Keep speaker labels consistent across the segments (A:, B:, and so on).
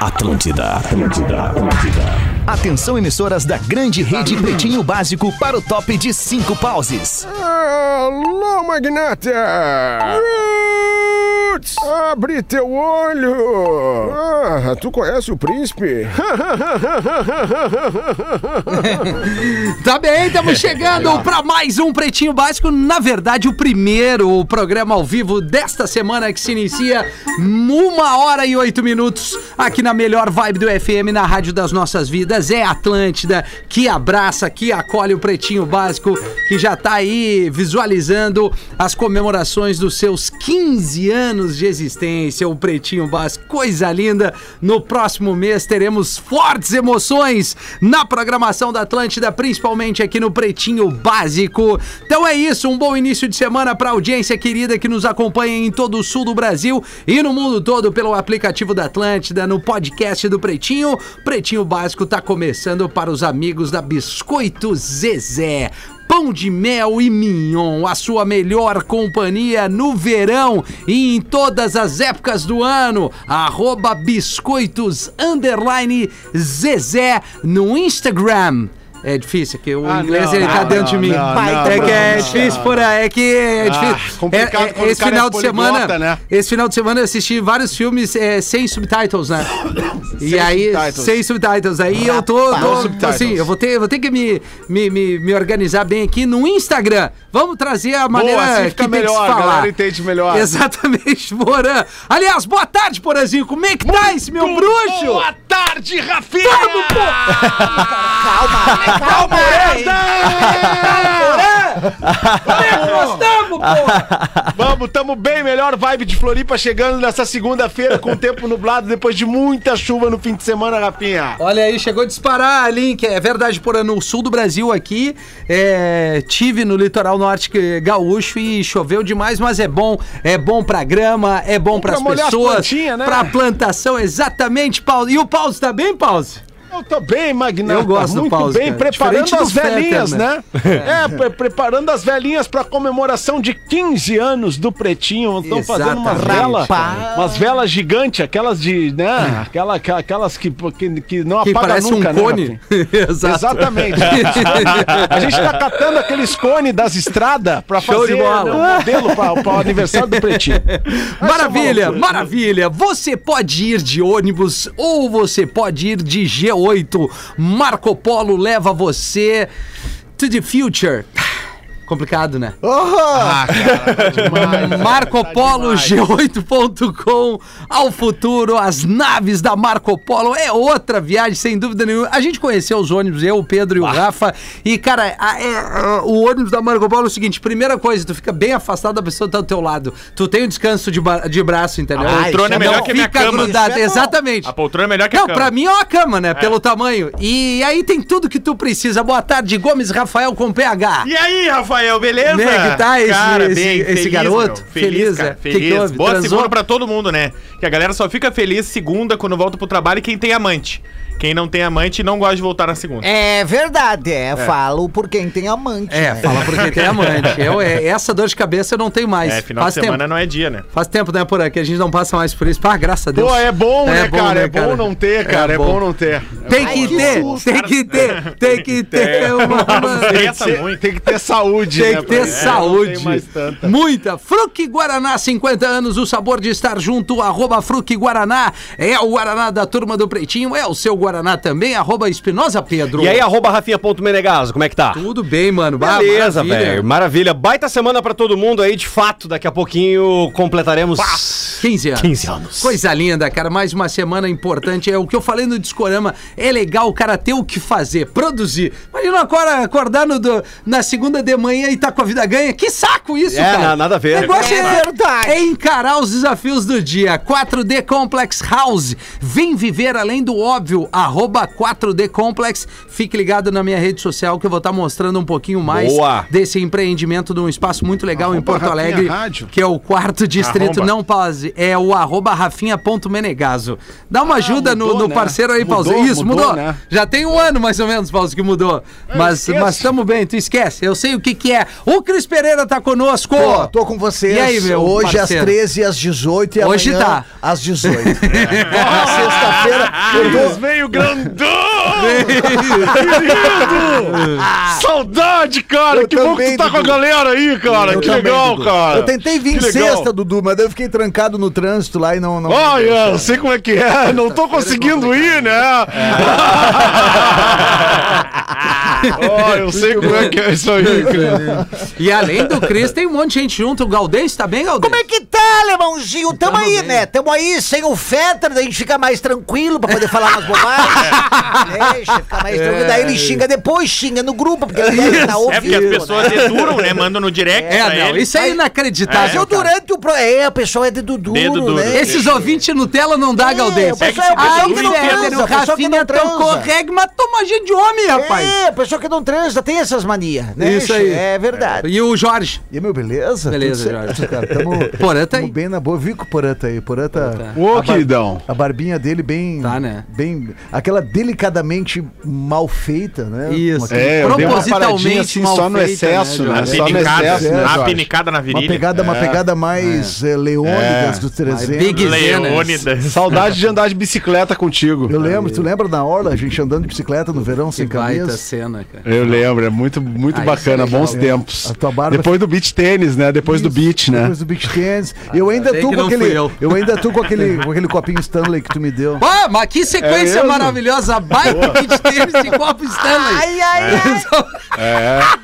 A: Atlântida, Atlântida, Atlântida. Atenção, emissoras da grande rede Pretinho Básico para o top de cinco pauses.
B: Alô, magnata! Roots! Abre teu olho! Ah, tu conhece o príncipe?
C: Tá bem, estamos chegando para mais um Pretinho Básico. Na verdade, o primeiro programa ao vivo desta semana que se inicia uma hora e oito minutos aqui na melhor vibe do FM, na Rádio das Nossas Vidas. É Atlântida, que abraça, que acolhe o Pretinho Básico, que já tá aí visualizando as comemorações dos seus 15 anos de existência. O Pretinho Básico, coisa linda. No próximo mês teremos fortes emoções na programação da Atlântida, principalmente aqui no Pretinho Básico. Então é isso, um bom início de semana para a audiência querida que nos acompanha em todo o sul do Brasil e no mundo todo pelo aplicativo da Atlântida, no podcast do Pretinho. Pretinho Básico tá começando para os amigos da Biscoito Zezé. Pão de mel e mignon, a sua melhor companhia no verão e em todas as épocas do ano. Arroba biscoitos underline Zezé no Instagram. É difícil, que o
B: Ah,
C: inglês
B: não,
C: ele tá
B: não,
C: dentro de
B: não,
C: mim.
B: não, não,
C: é que é
B: não,
C: difícil por aí, é que é difícil.
D: complicado
C: É- é-
D: quando o
C: esse
D: cara é
C: final de
D: poliglota,
C: semana,
D: né?
C: esse final de semana eu assisti vários filmes é, sem subtitles, né? e aí,
D: subtitles.
C: sem subtitles. Aí eu tô, tô-
D: subtitles.
C: assim, eu vou ter, vou ter que me, me, me, me organizar bem aqui no Instagram. Vamos trazer a maneira
D: assim
C: que
D: fica
C: tem que
D: melhor,
C: se
D: a
C: falar.
D: galera entende melhor.
C: Exatamente, Porã. Aliás, boa tarde, Porãzinho. Como é que tá esse meu bruxo?
D: Boa tarde, Rafinha!
C: Vamos,
E: Calma, calma.
C: é Nós estamos, pô!
D: Vamos, tamo bem, melhor vibe de Floripa chegando nessa segunda-feira com o tempo nublado depois de muita chuva no fim de semana, Rafinha.
C: Olha aí, chegou a disparar a link. É verdade, Porã, no sul do Brasil aqui, é, tive no litoral norte que- gaúcho e choveu demais, mas é bom. É bom pra grama, é bom pras
D: molhar as
C: pessoas,
D: plantinhas, né?
C: pra plantação, exatamente, Paulo. E o Paulo tá bem, Paulo?
D: Eu tô bem, Magnata.
C: Eu gosto do
D: Muito
C: Paulo,
D: bem,
C: cara.
D: preparando
C: Diferente
D: as
C: do Fetter,
D: velhinhas,
C: né?
D: né? É, pre- preparando as velhinhas pra comemoração de 15 anos do Pretinho. Estão fazendo uma
C: Exatamente,
D: vela,
E: cara.
D: umas velas gigantes, aquelas de, né? Aquela, aquela- aquelas que, que, que não
C: Que
D: apaga
C: parece
D: nunca,
C: um
D: né,
C: cone.
D: Rafinha? Exatamente. A gente tá catando aqueles cones das estradas pra
C: Show
D: fazer
C: de bola.
D: né, um modelo pra, pra o aniversário do Pretinho.
C: Maravilha, maravilha. Você pode ir de ônibus ou você pode ir de G8. Marco Polo leva você to the future. Complicado, né?
F: Ah, tá
C: Marco Polo G8.com ao futuro, as naves da Marco Polo é outra viagem, sem dúvida nenhuma. A gente conheceu os ônibus, eu, o Pedro e o Rafa. E, cara, a- é- a- o ônibus da Marco Polo é o seguinte: primeira coisa, tu fica bem afastado da pessoa que tá do teu lado. Tu tem o descanso de, ba- de braço, entendeu?
F: A poltrona é melhor que a minha
C: fica
F: cama.
C: grudado.
E: Isso é bom.
C: Exatamente.
F: A poltrona é melhor que a
C: Não,
F: cama.
C: pra mim é uma cama, né? Pelo tamanho. E aí tem tudo que tu precisa. Boa tarde, Gomes Rafael com PH.
F: E aí, Rafael, beleza?
C: Como é que tá esse- esse- esse garoto?
F: meu. Feliz,
C: Feliz,
F: cara.
C: é?
F: Feliz.
C: Que que houve?
F: Boa
C: Transou?
F: segunda pra todo mundo, né? Que a galera só fica feliz segunda quando volta pro trabalho e quem tem amante. Quem não tem amante não gosta de voltar na segunda.
E: É verdade, é, falo por quem tem amante.
C: É,
E: né?
C: fala porque tem amante. Eu, é, essa dor de cabeça eu não tenho mais.
F: É, final de semana
C: tempo.
F: não é dia, né?
C: Faz tempo, né, por aqui? A gente não passa mais por isso. Pá, graças a Deus.
D: Pô, é bom, né, cara? É bom não ter, cara. É, bom. não ter.
C: Tem que
E: que
C: ter,
E: susto,
C: tem que ter, tem que ter É uma...
F: Tem
D: Tem
F: essa
D: que, ser-
F: muito.
D: Tá tem que ter saúde,
C: Tem
D: né,
C: que ter
D: pra isso. É,
C: saúde.
D: Não tem mais tanta.
C: Muita. Fruc Guaraná, 50 anos, o sabor de estar junto, arroba Fruc Guaraná. É o Guaraná da turma do Pretinho, é o seu Guaraná também, arroba Espinosa Pedro.
G: E aí, arroba rafinha.menegaso, como é que tá?
C: Tudo bem, mano. Bah,
G: Beleza,
C: maravilha.
G: velho. Maravilha. Baita semana pra todo mundo aí, de fato. Daqui a pouquinho completaremos
C: 15 anos.
G: 15 anos.
C: Coisa linda, cara. Mais uma semana importante. É o que eu falei no Discorama. É legal o cara ter o que fazer, produzir. Imagina agora acordar no do- na segunda de manhã e tá com a vida ganha. Que saco isso,
G: É,
C: cara.
G: na- nada a ver.
C: O negócio é,
E: É verdade.
C: é encarar os desafios do dia. 4D Complex House. Vem viver além do óbvio. Arroba 4D Complex. Fique ligado na minha rede social que eu vou estar mostrando um pouquinho mais
G: Boa.
C: desse empreendimento de um espaço muito legal em Porto
D: Rafinha
C: Alegre,
D: Rádio.
C: que é o quarto distrito.
F: Arromba.
C: Não, pause. é o arroba rafinha.menegaso. Dá uma ajuda no,
B: mudou,
C: no
B: né?
C: parceiro aí,
B: Mudou,
C: Paulzinho. Isso, mudou.
B: mudou, né?
C: Já tem um ano mais ou menos, Paulo, que mudou. Mas
B: esqueço.
C: estamos bem, tu esquece. Eu sei o que que é. O Cris Pereira tá conosco.
H: Pô, tô com vocês.
C: E aí, meu
H: Hoje às
C: parceiro?
H: 13 às 18 e
C: Hoje
H: amanhã
C: tá.
H: às 18. Na sexta-feira eu
F: Ah,
B: Eles
H: tô...
B: veio grandão! Querido! Saudade, cara!
H: Eu
B: que bom que
H: também,
B: tu tá com a
H: Dudu.
B: galera aí, cara!
H: Eu
B: que
H: também,
B: legal,
H: Dudu.
B: cara!
H: Eu tentei vir
B: Que legal.
H: sexta, Dudu, mas daí eu fiquei trancado no trânsito lá e não... não...
B: Olha, eu sei como é que é, não tô conseguindo ir, né? Olha, eu sei como é que é isso aí, cara.
C: E além do Cris, tem um monte de gente junto. O Galdês tá bem, Galdês?
D: Como é que tá, alemãozinho? Tamo
C: Tamo
D: aí,
C: bem.
D: né? Tamo aí, sem o Fetter, daí a gente fica mais tranquilo pra poder falar umas bobagens. Deixa, fica mais tranquilo. Daí ele xinga depois, xinga no grupo, porque ele deve estar
F: É
D: ouvindo.
F: porque as pessoas
D: né?
F: deduram, né? Mandam no direct
C: É,
F: pra
C: não,
F: ele.
C: isso é inacreditável.
D: Mas eu
C: cara.
D: durante o... Pro... É, o pessoal é dedo duro,
F: Dedo duro.
D: né?
C: Esses ouvintes Nutella não dá,
D: É,
C: Galdês.
D: o pessoal-
F: o pessoal
C: Ai,
F: que não
C: Federer,
D: transa,
C: o
D: o pessoal que
C: Rafinha
D: não transa.
C: tocou reggae, mas toma gente de homem, rapaz.
D: É, o pessoal que não transa tem essas manias, né?
C: Isso aí.
D: É verdade.
C: E o Jorge?
H: E aí, meu, beleza?
C: Beleza,
H: Tudo certo,
C: Jorge.
H: cara. Tamo,
C: Porã tá aí.
H: tamo bem na boa. Vi com o Porã tá aí. Porã tá...
B: Ô, queridão.
H: A barbinha dele bem...
C: Tá, né?
H: Bem... Aquela delicadamente mal feita, né?
C: Isso.
H: Uma,
B: É, eu dei uma paradinha
C: Propositalmente
B: assim
C: mal
B: só no
C: feita,
B: excesso,
C: né,
B: né?
F: A
C: Jorge?
B: Só no
F: pinicada,
B: excesso, né,
F: a
B: Jorge?
F: pinicada na
H: uma
F: virilha.
H: pegada, uma pegada mais eh, leônidas do
B: né?
H: 300.
C: Big
F: Leônidas.
B: Saudade de andar de bicicleta contigo.
H: Eu lembro, tu lembra na orla, a gente andando de bicicleta no verão sem
C: Baita
H: camisa?
C: cena, cara.
B: Eu lembro, é muito, muito
C: Ah, isso
B: bacana,
C: é legal.
B: bons tempos.
H: A tua barba-
B: Depois do beach tênis, né? Depois do beach, né?
H: Depois do beach tennis. Eu ainda
C: bem
H: tô
C: que
H: com
C: não
H: aquele.
C: fui eu.
H: Eu. ainda tô com aquele, com aquele copinho Stanley que tu me deu.
C: Pô, mas que sequência
B: É mesmo?
C: maravilhosa. Baita kit tênis e copo Stanley.
D: Ai, ai, ai.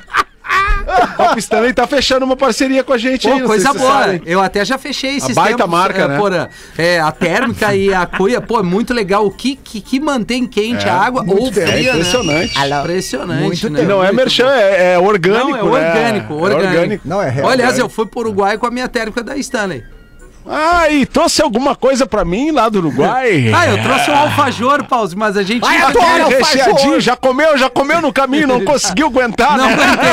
B: Pop Stanley tá fechando uma parceria com a gente
C: Pô,
B: aí, não sei
C: coisa
B: se vocês
C: boa.
B: sabem.
C: Eu até já fechei esses
B: baita
C: tempos,
B: marca,
C: é,
B: né?
C: Porã. É, a térmica e a cuia, pô, é muito legal. O que, que, que mantém quente a água ou
H: tempo.
B: É
C: fria, né?
B: impressionante.
C: Impressionante,
H: Muito
C: né?
H: tempo.
B: Não é
C: Muito
B: merchan,
C: bom.
B: é, é orgânico,
C: Não, é
B: né?
C: orgânico, orgânico.
H: Não é real.
C: Olha, aliás,
H: né?
C: eu fui pro Uruguai com a minha térmica da Stanley.
B: Ah, e trouxe alguma coisa pra mim lá do Uruguai?
C: Ah, eu trouxe um alfajor, Pause, mas a gente...
B: Ah, adoro recheadinho, já comeu, já comeu no caminho, não conseguiu aguentar,
C: Não
B: né?
C: aguentei.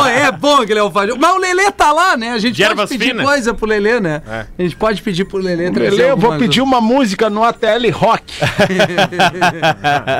C: Pô, é bom que ele é um fajor. Mas o Lelê tá lá, né? A gente
F: De
C: pode
F: ervas
C: pedir
F: finas.
C: coisa pro Lelê, né? A gente pode pedir pro Lelê trazer
B: Lele, eu vou
C: alguma
B: pedir uma música no ATL Rock.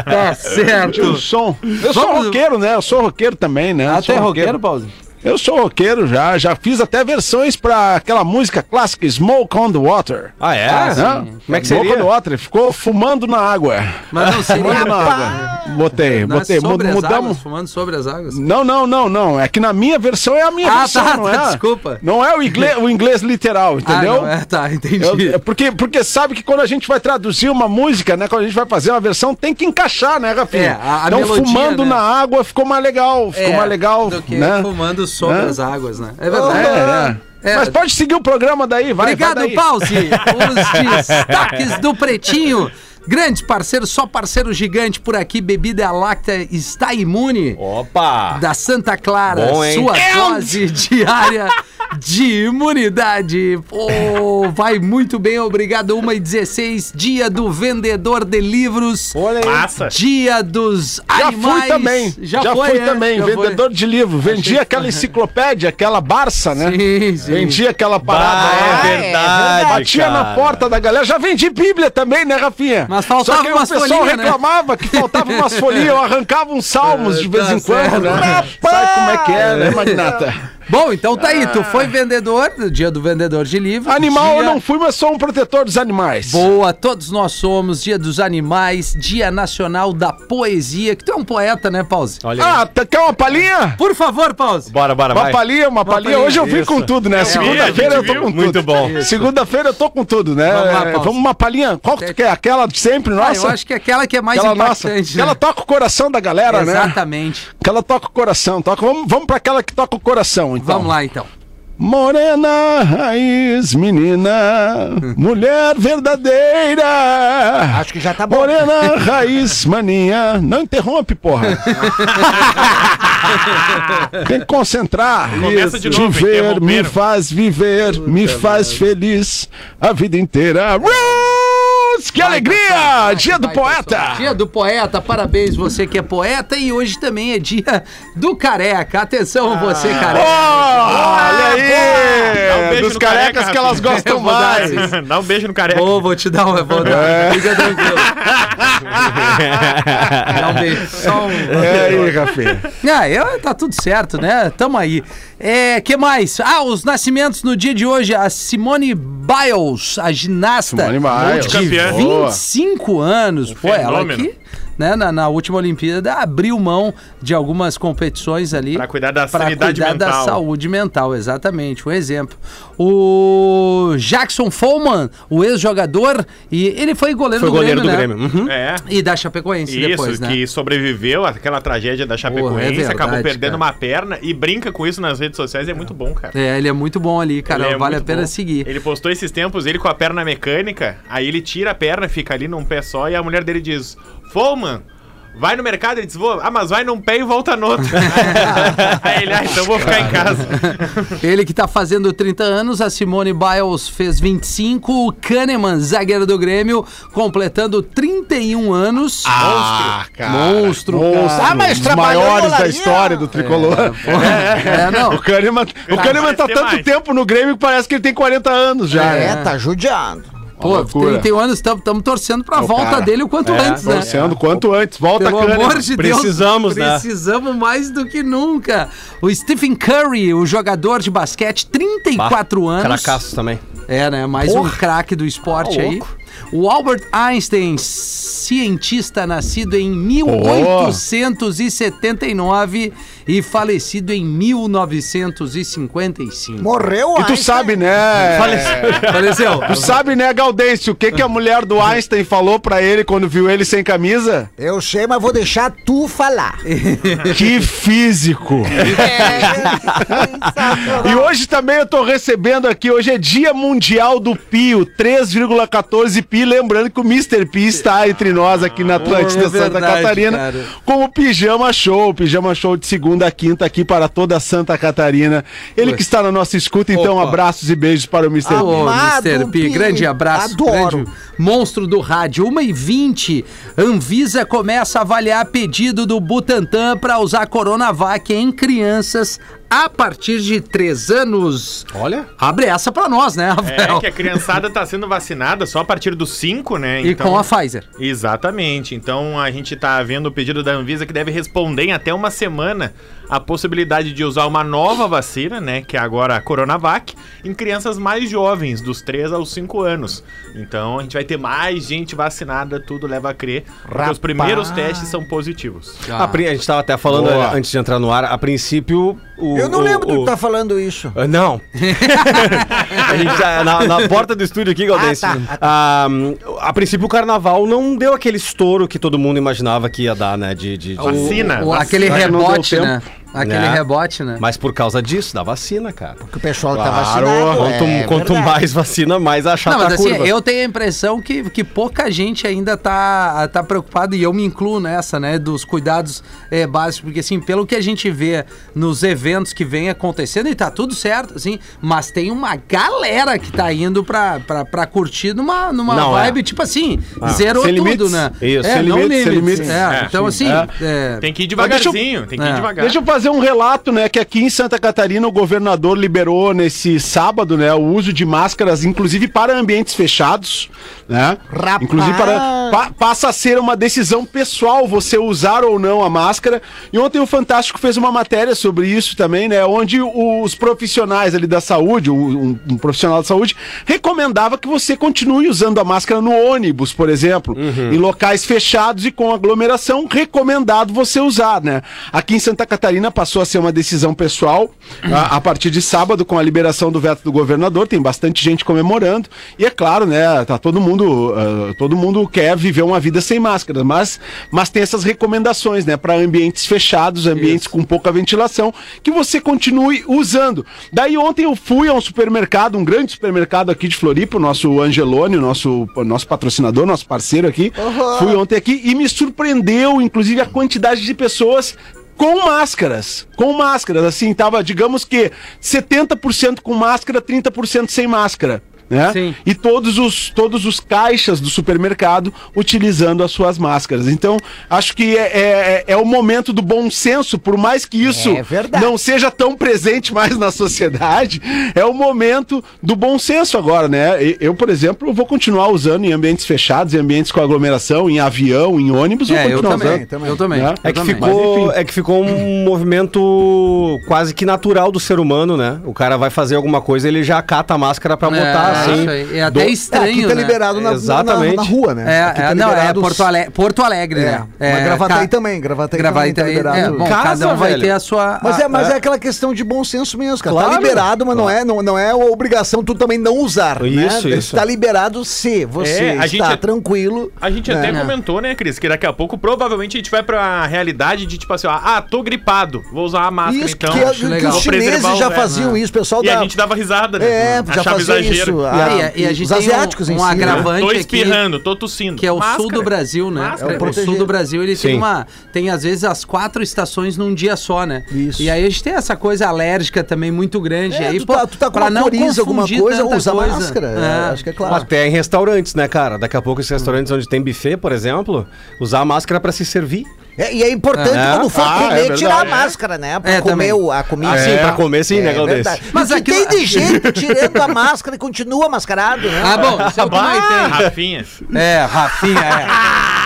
C: Tá certo.
B: Pedir um som. Eu sou
C: Vamos-
B: roqueiro, né? Eu sou roqueiro também, né?
C: Até
B: Sou
C: tá roqueiro, Pause.
B: Eu sou roqueiro já, já fiz até versões pra aquela música clássica Smoke on the Water.
A: Ah, é?
B: Hã?
A: Como é que
B: Smoke
A: seria?
B: on the Water, ficou fumando na água.
C: Mas não, seria...
B: Fumando na água. Botei,
C: Não é
B: botei,
C: sobre as
B: Mud- mudamos.
C: águas, fumando sobre as águas.
B: Não, não, não, não. É que na minha versão é a minha
C: Ah,
B: versão,
C: tá,
B: não
C: tá,
B: é?
C: desculpa.
B: Não é o inglês, o inglês literal, entendeu?
C: Ah, não, é, tá, entendi.
B: Eu- é porque, porque sabe que quando a gente vai traduzir uma música, né? Quando a gente vai fazer uma versão, tem que encaixar, né, Rafinha?
C: É, a- a
B: então,
C: melodia,
B: fumando
C: né?
B: na água ficou mais legal, ficou
C: É,
B: mais legal,
C: Do que
B: né?
C: fumando sobre
B: Né?
C: as águas, né? É
B: É,
C: verdade.
B: é.
C: É.
B: Mas pode seguir o programa daí, vai. vai
C: Obrigado,
B: daí.
C: Pause. Os destaques do Pretinho. Grandes parceiros, só parceiro gigante por aqui. Bebida Láctea está imune.
A: Opa!
C: Da Santa Clara,
A: Bom, hein?
C: sua
B: É
C: dose diária de imunidade. Pô, vai muito bem, obrigado. 1 e 16 dia do vendedor de livros.
F: Massa.
C: Dia dos
B: Já
C: animais.
B: fui também. Já, fui
C: é,
B: também.
C: já foi.
B: vendedor de livro. Vendi aquela enciclopédia, aquela Barça, né?
C: Sim, sim.
B: Vendi aquela parada.
A: Ah,
B: é.
A: é verdade.
B: Batia na
A: cara.
B: porta da galera. Já vendi Bíblia também, né, Rafinha?
C: Mas faltava
B: Só que aí
C: umas
B: o pessoal
C: folhinhas, né?
B: reclamava que faltava umas folhinhas. Eu arrancava uns salmos de vez
C: Tá
B: em quando, né? Sabe como é que é, né, Magnata?
C: Bom, então tá aí. Tu foi vendedor, dia do vendedor de livros.
B: Ah. Animal eu
C: dia-
B: não fui, mas sou um protetor dos animais.
C: Boa, todos nós somos. Dia dos Animais, Dia Nacional da Poesia. Que tu é um poeta, né, Pause?
A: Olha aí.
B: Ah, tá- quer uma palhinha?
C: Por favor, Pause.
A: Bora, bora,
B: Uma
A: vai.
B: palhinha, uma palhinha. Hoje eu vim
A: Isso.
B: com tudo,
C: É,
B: né? Segunda-feira
F: a
B: eu
F: gente
B: tô
F: viu.
B: com tudo.
A: Muito bom.
B: Segunda-feira eu tô com tudo, né?
C: Vamos lá,
B: É,
C: Paulo.
B: Vamos uma palhinha. Qual que tu quer? Aquela de sempre,
C: Ah, eu
B: nossa?
C: acho que é aquela que é mais
B: Aquela nossa.
C: impactante. né?
B: Aquela toca o coração da galera, né?
C: Exatamente.
B: Aquela toca o coração. Toca... Vamos, vamos pra aquela que toca o coração, então.
C: Vamos lá, então.
B: Morena, raiz, menina, mulher verdadeira.
D: Acho que já tá bom.
B: Morena, raiz, maninha. Não interrompe, porra. Tem que concentrar.
F: Começa de
B: Te
F: novo,
B: ver me
F: interromperam.
B: faz viver, me faz feliz a vida inteira. Mas que alegria! Dia do poeta!
C: Dia do poeta, parabéns você que é poeta e hoje também é dia do careca. Atenção você
B: Ah,
C: careca.
B: Olha
F: Dá um
B: aí!
F: beijo
B: Dos
F: no
B: carecas
F: careca,
B: que elas
F: Rafinha.
B: gostam
C: Eu vou dar
B: mais.
C: esse-
F: Dá um beijo no
B: é-
F: careca.
C: Ô, vou te dar uma, vou dar, fica tranquilo. Dá um beijo, só um-
B: É aí, Rafinha.
C: Ah, eu, tá tudo certo, né? Tamo aí. É, que mais? Ah, os nascimentos no dia de hoje. A Simone Biles, a ginasta.
B: Simone Biles.
F: Multicampeã.
C: De 25 anos. Pô, ela
F: fenômeno.
C: aqui, né, na, na última Olimpíada, abriu mão de algumas competições ali.
F: Pra cuidar da
C: pra
F: sanidade
C: cuidar da
F: mental.
C: saúde mental, exatamente. Um exemplo. O Jackson Follman, o ex-jogador, e ele foi goleiro
G: Foi
C: do
G: goleiro do
C: Grêmio,
G: Grêmio.
C: né?
G: Uhum.
F: É.
C: E da Chapecoense
F: Isso,
C: depois, né? é
F: que sobreviveu àquela tragédia da Chapecoense,
C: verdade,
F: acabou perdendo
C: cara.
F: uma perna e brinca com isso nas redes sociais, é muito bom, cara.
C: É, ele é muito bom ali, cara.
F: Ele é
C: vale a
F: muito
C: pena
F: bom.
C: seguir.
F: Ele postou esses tempos, ele com a perna mecânica, aí ele tira a perna, fica ali num pé só, e a mulher dele diz: Foman, vai no mercado, ele diz, "Vou." ah, mas vai num pé e volta no outro. aí ele, ah, então vou ficar em casa.
C: Ele que tá fazendo 30 anos, a Simone Biles fez 25, o Kahneman, zagueiro do Grêmio, completando 31 anos.
B: Ah, cara.
C: Monstro,
B: Monstro.
C: cara.
E: Ah, mas
B: Os
E: trabalhou
B: maiores
E: lá,
B: da
E: né?
B: história do tricolor.
C: É, não.
B: O Kahneman, o Kahneman tá
F: vai ter
B: tanto
F: mais.
B: tempo no Grêmio que parece que ele tem 40 anos já.
E: É,
B: né?
E: tá judiando.
C: Pô,
B: loucura.
C: 31 anos, estamos torcendo pra
B: Ô,
C: volta
B: cara,
C: dele o quanto antes, né?
B: Torcendo quanto antes. Volta
C: Pelo
B: Kahneman.
C: amor de Deus.
G: Precisamos, né?
C: Precisamos mais do que nunca. O Stephen Curry, o jogador de basquete, 34 anos.
G: Caracaço também. Tá
C: É, né? Mais um craque do esporte aí. O Albert Einstein, cientista nascido em 1879 e falecido em 1955.
E: Morreu
B: E tu
E: Einstein.
B: sabe, né?
C: Faleceu.
B: Tu sabe, né, Gaudêncio, o que, que a mulher do Einstein falou pra ele quando viu ele sem camisa?
E: Eu sei, mas vou deixar tu falar.
B: Que físico!
I: É.
B: E hoje também eu tô recebendo aqui, hoje é Dia Mundial do Pio, 3,14 Pi. Lembrando que o Mr. Pi está entre nós aqui
G: Ah,
B: na Atlântida
C: é
B: Santa
C: verdade,
B: Catarina
C: cara.
B: com o Pijama Show. Pijama Show de segunda a quinta aqui para toda Santa Catarina. Ele que está na nossa escuta, então
C: Opa.
B: abraços e beijos para o Mr.
G: Ah,
B: P.
C: Ô,
E: Amado
C: Mr. P,
E: Pi,
C: grande abraço.
E: adoro.
C: grande monstro do rádio. 1h20, Anvisa começa a avaliar pedido do Butantan para usar Coronavac em crianças a partir de 3 anos.
G: Olha.
C: Abre essa pra nós, né, Rafael?
F: É que a criançada tá sendo vacinada só a partir dos 5, né?
C: E com a Pfizer.
F: Exatamente. Então a gente tá vendo o pedido da Anvisa que deve responder em até uma semana a possibilidade de usar uma nova vacina, né, que é agora a Coronavac, em crianças mais jovens, dos 3 aos 5 anos. Então a gente vai ter mais gente vacinada, tudo leva a crer, porque os primeiros testes são positivos.
B: Ah,
G: A, pri- a gente tava até falando
B: Boa.
G: antes de entrar no ar, a princípio. O,
E: Eu não
G: o-
E: lembro
G: o-
E: tu tá falando isso.
G: Ah, Não. a gente tá na, na porta do estúdio aqui, Galdêncio.
E: Ah, tá. Ah,
G: Ah, hum, a princípio, o carnaval não deu aquele estouro que todo mundo imaginava que ia dar, né? De, de- de-
F: Vacina.
C: O-
F: É vacina.
C: aquele
B: Será que não
C: rebote,
B: deu
C: né? Aquele
G: Né?
C: rebote, né?
G: Mas por causa disso, da vacina, cara.
E: Que o pessoal tá
G: Claro,
E: vacinado.
G: quanto,
E: é
G: quanto
E: verdade.
G: mais vacina, mais achata
C: Não, mas
G: a
C: assim,
G: Tá, curva.
C: eu tenho a impressão que, que pouca gente ainda tá, tá preocupada, e eu me incluo nessa, né, dos cuidados eh, básicos, porque assim, pelo que a gente vê nos eventos que vem acontecendo, e tá tudo certo, assim, mas tem uma galera que tá indo pra, pra, pra curtir numa, numa
G: Não, é.
C: vibe, tipo assim, zerou
B: sem
C: tudo,
B: limites.
C: né?
G: Isso,
C: é,
G: sem
C: não
B: limites, sem
C: limites.
B: limites.
C: É,
F: É,
C: então assim, é,
F: Tem que ir
B: Mas deixa eu-
F: devagarzinho, tem que ir
C: É.
F: devagar.
B: Deixa eu fazer um relato, né? Que aqui em Santa Catarina o governador liberou nesse sábado, né, o uso de máscaras, inclusive para ambientes fechados, né?
E: Rapaz!
B: Inclusive para pa- passa a ser uma decisão pessoal você usar ou não a máscara. E ontem o Fantástico fez uma matéria sobre isso também, né? Onde os profissionais ali da saúde, um, um profissional da saúde, recomendava que você continue usando a máscara no ônibus, por exemplo, em locais fechados e com aglomeração, recomendado você usar, né? Aqui em Santa Catarina passou a ser uma decisão pessoal a, a partir de sábado com a liberação do veto do governador, tem bastante gente comemorando e é claro, né, tá todo mundo, ah, todo mundo quer viver uma vida sem máscara, mas mas tem essas recomendações, né, para ambientes fechados, ambientes com pouca ventilação, que você continue usando. Daí ontem eu fui a um supermercado, um grande supermercado aqui de Floripa, o nosso Angelone, o nosso o nosso patrocinador, nosso parceiro aqui. Fui ontem aqui e me surpreendeu inclusive a quantidade de pessoas com máscaras, com máscaras, assim, tava, digamos que 70% com máscara, 30% sem máscara. né?
C: Sim.
B: E todos os, todos os caixas do supermercado utilizando as suas máscaras. Então, acho que é, é, é o momento do bom senso, por mais que isso
E: É verdade.
B: não seja tão presente mais na sociedade, é o momento do bom senso agora, né? E- Eu, por exemplo, vou continuar usando em ambientes fechados, em ambientes com aglomeração, em avião, em ônibus,
C: É, eu também,
B: continuar
C: eu também.
B: Né?
G: É
C: eu
G: que,
C: também.
G: ficou, é que ficou um movimento quase que natural do ser humano, né? O cara vai fazer alguma coisa, ele já cata a máscara pra botar,
C: é,
G: assim.
C: isso aí. é até
G: Do-
C: estranho.
I: aqui tá
C: né?
I: liberado na, na, na,
G: Exatamente.
I: na rua, né?
C: É, é,
I: Aqui tá
C: não, é
I: liberado os-
C: Porto Alegre, Porto Alegre
I: É,
C: né?
I: mas Gravataí
C: ca-
I: também, Gravataí
C: Gravataí
I: também tá
C: é,
I: liberado.
C: bom,
G: Casa,
C: cada um vai
G: velho.
C: ter a sua.
I: Mas,
C: a-
I: é, mas
C: a-
I: é aquela questão de bom senso mesmo, cara. tá
G: Claro.
I: liberado, mas não é, não, não é obrigação tu também não usar.
G: Isso,
I: né?
G: isso.
I: Tá liberado se você
F: É, a
I: está
F: gente é-
I: tranquilo.
F: A gente até comentou, né, Cris, que daqui a pouco provavelmente a gente vai pra realidade de tipo assim, ó, ah, tô gripado, vou usar a máscara
I: Isso
F: então.
I: que, é-
C: acho
I: que
C: legal.
I: os
F: Vou preservar
I: chineses
F: o
I: já
F: verbo,
I: faziam
F: né?
I: isso, o pessoal
F: E
I: da...
F: a gente dava risada, né?
I: É, já
F: Achava
I: fazia
F: exagero.
I: isso.
C: Ah,
I: a-
C: e, a gente
I: os
C: tem um-
I: asiáticos
C: um,
I: em si, né?
C: agravante
F: Tô
C: aqui,
F: espirrando, tô tossindo.
C: que é o sul
F: Máscara.
C: do Brasil, né?
F: Máscara.
C: o
I: proteger.
C: sul do Brasil ele tem
G: Sim.
C: uma, tem às vezes as quatro estações num dia só, né?
I: Isso.
C: E aí a gente tem essa coisa alérgica também muito grande. E
I: É,
C: aí,
I: tu, tá, tu tá com
C: pra
I: uma coriza, alguma
C: confundir
I: coisa,
C: tanta
I: usa
C: coisa.
I: máscara.
C: É.
I: é, Acho que é claro.
G: Até em restaurantes, né, cara? Daqui a pouco, esses restaurantes onde tem buffet, por exemplo, usar a máscara pra se servir.
E: É, e é importante
G: É.
E: quando for
B: Ah, é
E: comer
B: verdade.
E: tirar a máscara, né? Pra
C: É,
E: comer
C: também.
E: o- a comida.
G: Assim, pra comer, sim,
E: É
G: né, Galdês?
E: verdade.
C: Mas
E: Mas o que
C: aquilo-
E: tem de gente tirando a máscara e continua mascarado, né?
C: Ah, bom, isso é o que não
F: Ah,
C: entende.
F: Rafinha.
C: É, Rafinha, é.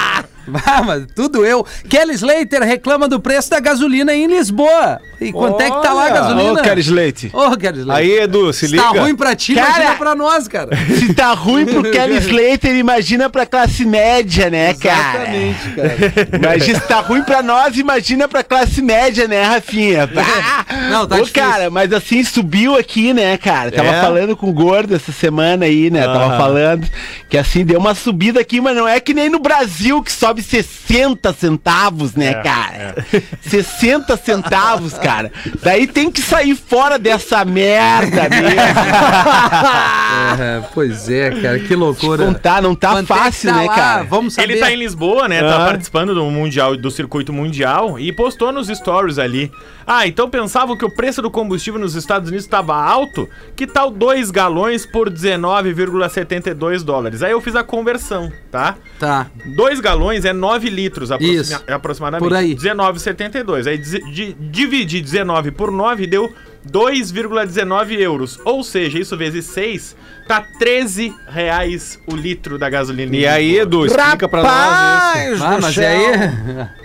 C: Ah, mas tudo eu. Kelly Slater reclama do preço da gasolina em Lisboa. E quanto é que tá lá a
G: Olha.
C: gasolina?
B: Ô, Kelly Slater.
C: Ô, Kelly Slater.
G: Aí, Edu, se
C: Se
G: liga.
C: tá ruim pra ti,
B: Cara.
C: imagina pra nós, cara.
B: Se tá ruim pro Kelly Slater, imagina pra classe média, né, cara?
C: Exatamente, cara.
B: Imagina, se tá ruim pra nós, imagina pra classe média, né, Rafinha?
C: Não, tá
B: Ô,
C: difícil.
B: cara, mas assim, subiu aqui, né, cara? Tava
G: É?
B: falando com o Gordo essa semana aí, né? Tava
G: Aham.
B: falando que assim, deu uma subida aqui, mas não é que nem no Brasil que sobe 60 centavos,
C: É,
B: né, cara? 60 centavos, cara. Daí tem que sair fora dessa merda mesmo.
C: É, pois é, cara, que loucura.
B: Não tá, não tá
C: Quanto é que
B: fácil,
C: tá
B: né,
C: lá?
B: cara?
C: Vamos saber.
F: Ele tá em Lisboa, né? Tá
G: Ah.
F: participando do mundial, do circuito mundial e postou nos stories ali. Ah, então pensavam que o preço do combustível nos Estados Unidos estava alto? Que tal dois galões por 19,72 dólares? Aí eu fiz a conversão, tá?
C: Tá.
F: Dois galões é 9 litros aproxima-
C: Isso.
F: aproximadamente.
C: Por aí.
F: 19,72. Aí dizi- di- dividi 19 por 9 deu 2,19 euros. Ou seja, isso vezes 6 tá 13 reais o litro da gasolina.
G: E aí, Edu, explica pra nós
E: Rapaz,
G: isso.
C: Ah,
E: do
C: mas
E: céu.
C: aí.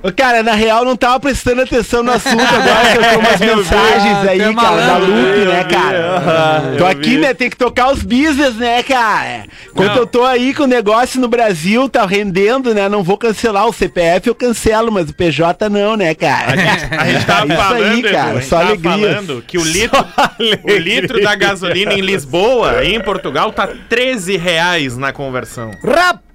B: Ô, Cara, na real, não tava prestando atenção no assunto agora, que eu tenho umas mensagens
C: tu é
B: aí, cara, da
C: malandro,
B: Lupe,
F: eu
B: né,
F: vi,
B: cara?
F: aham,
B: Tô
F: eu
B: aqui,
F: vi.
B: né, tem que tocar os business, né, cara? Enquanto
F: Não.
B: eu tô aí com o negócio no Brasil, tá rendendo, né, não vou cancelar o CPF, eu cancelo, mas o PJ não, né, cara?
F: A gente tava
B: É isso
F: falando,
B: aí,
F: Edu,
B: cara,
F: a gente
B: só
F: tava
B: alegria.
F: falando que o litro, o litro da gasolina em Lisboa, em Portugal, tá 13 reais na conversão.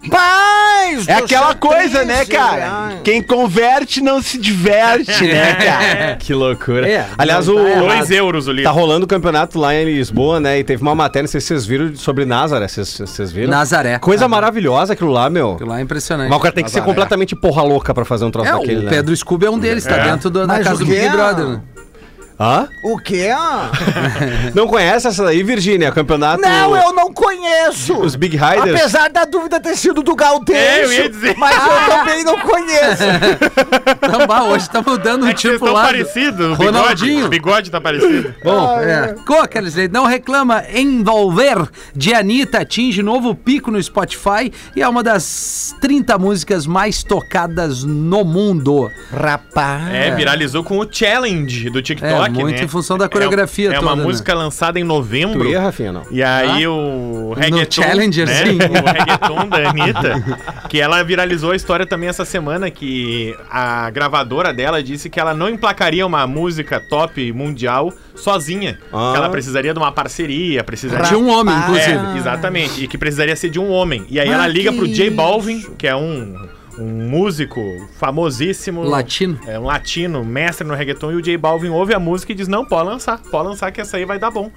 E: Rapaz!
B: É
E: do
B: aquela
E: céu,
B: coisa, né,
E: 13
B: cara?
E: reais.
B: Quem converte não se diverte, né, cara?
G: Que loucura.
C: É,
G: Aliás,
C: não,
G: o,
C: tá errado.
F: 2 euros o litro.
G: Tá rolando o campeonato lá em Lisboa, né? E teve uma matéria, não sei se vocês viram, sobre Nazaré. Vocês, vocês viram?
C: Nazaré.
G: Coisa
C: Ah,
G: maravilhosa aquilo lá, meu.
C: Aquilo lá é impressionante.
G: Mas o cara tem que ser completamente porra louca pra fazer um troço
C: É,
G: daquele,
C: o
G: né?
C: Pedro Scooby é um deles, tá
F: É.
C: dentro do- da
I: Mas
C: casa
I: o
C: do
I: que
C: Big
I: é?
C: Brother. né?
G: Hã?
D: é-
E: O quê?
G: Não conhece essa daí, Virgínia? Campeonato...
E: Não, eu não conheço!
G: Os Big Riders.
E: Apesar da dúvida ter sido
F: É,
E: do
F: eu
E: Galdêncio,
F: ia dizer.
E: mas eu também não conheço.
C: Então, bah, hoje estamos dando um
F: É que vocês
C: tipo
F: estão
C: lá.
F: parecidos, o bigode,
C: Ronaldinho.
F: o bigode tá parecido.
C: Bom,
J: Ah,
C: é. Coca, não reclama. Envolver de Anitta atinge novo pico no Spotify e é uma das 30 músicas mais tocadas no mundo.
E: Rapaz.
F: É, viralizou com o challenge do TikTok,
C: É, muito
F: né?
C: em função da
F: É-
C: coreografia
F: É, uma
C: toda, né? Ah.
F: música lançada em novembro.
G: Tu ia, Rafinha, não?
F: E aí o reggaeton,
C: Challenger,
F: né?
C: sim.
F: O reggaeton da Anitta, que ela viralizou a história também essa semana, que a gravadora dela disse que ela não emplacaria uma música top mundial sozinha.
G: Ah.
F: Que ela precisaria de uma parceria, precisaria...
C: De um homem, inclusive. Ah,
F: É, exatamente. E que precisaria ser de um homem. E aí ela liga pro J Balvin, que é um, um músico famosíssimo.
C: Latino.
F: É um latino, mestre no reggaeton. E o J Balvin ouve a música e diz: Não, pode lançar, pode lançar que essa aí vai dar bom.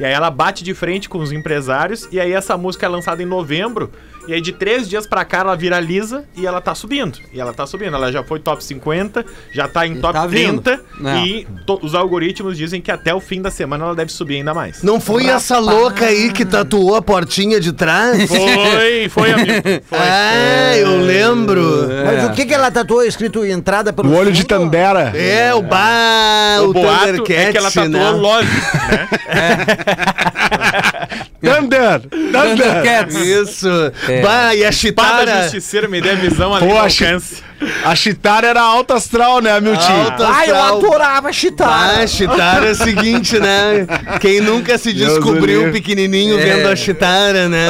F: E aí ela bate de frente com os empresários. E aí essa música é lançada em novembro. E aí de três dias pra cá ela viraliza e ela tá subindo. E ela tá subindo. Ela já foi top 50, já tá em top
C: tá vindo.
F: 30.
C: É.
F: E to- os algoritmos dizem que até o fim da semana ela deve subir ainda mais.
D: Não foi essa louca aí que tatuou a portinha de trás?
F: Foi, foi, amigo. Foi.
D: Ah, eu lembro.
J: Mas
C: É.
J: o que, que ela tatuou escrito entrada pelo.
B: O olho de
J: fundo?
B: Tandera.
D: É, o bar, o,
F: O boato
D: Thundercat,
F: é que ela tatuou
D: né?
F: lógico, né?
B: Thunder! Thunder!
C: Thundercats.
D: Isso.
C: É.
D: Bah, e a
F: Espada
D: Chitara...
F: justiceira me dê visão ali no
B: Poxa.
F: alcance.
B: A Chitara era alta astral, né, Miltinho?
D: Alta
J: Ah, eu
D: astral.
J: adorava chitar.
D: Ah, Chitara é o seguinte, né? Quem nunca se
B: Deus o
D: descobriu
B: livre.
D: pequenininho
C: É.
D: vendo a Chitara, né?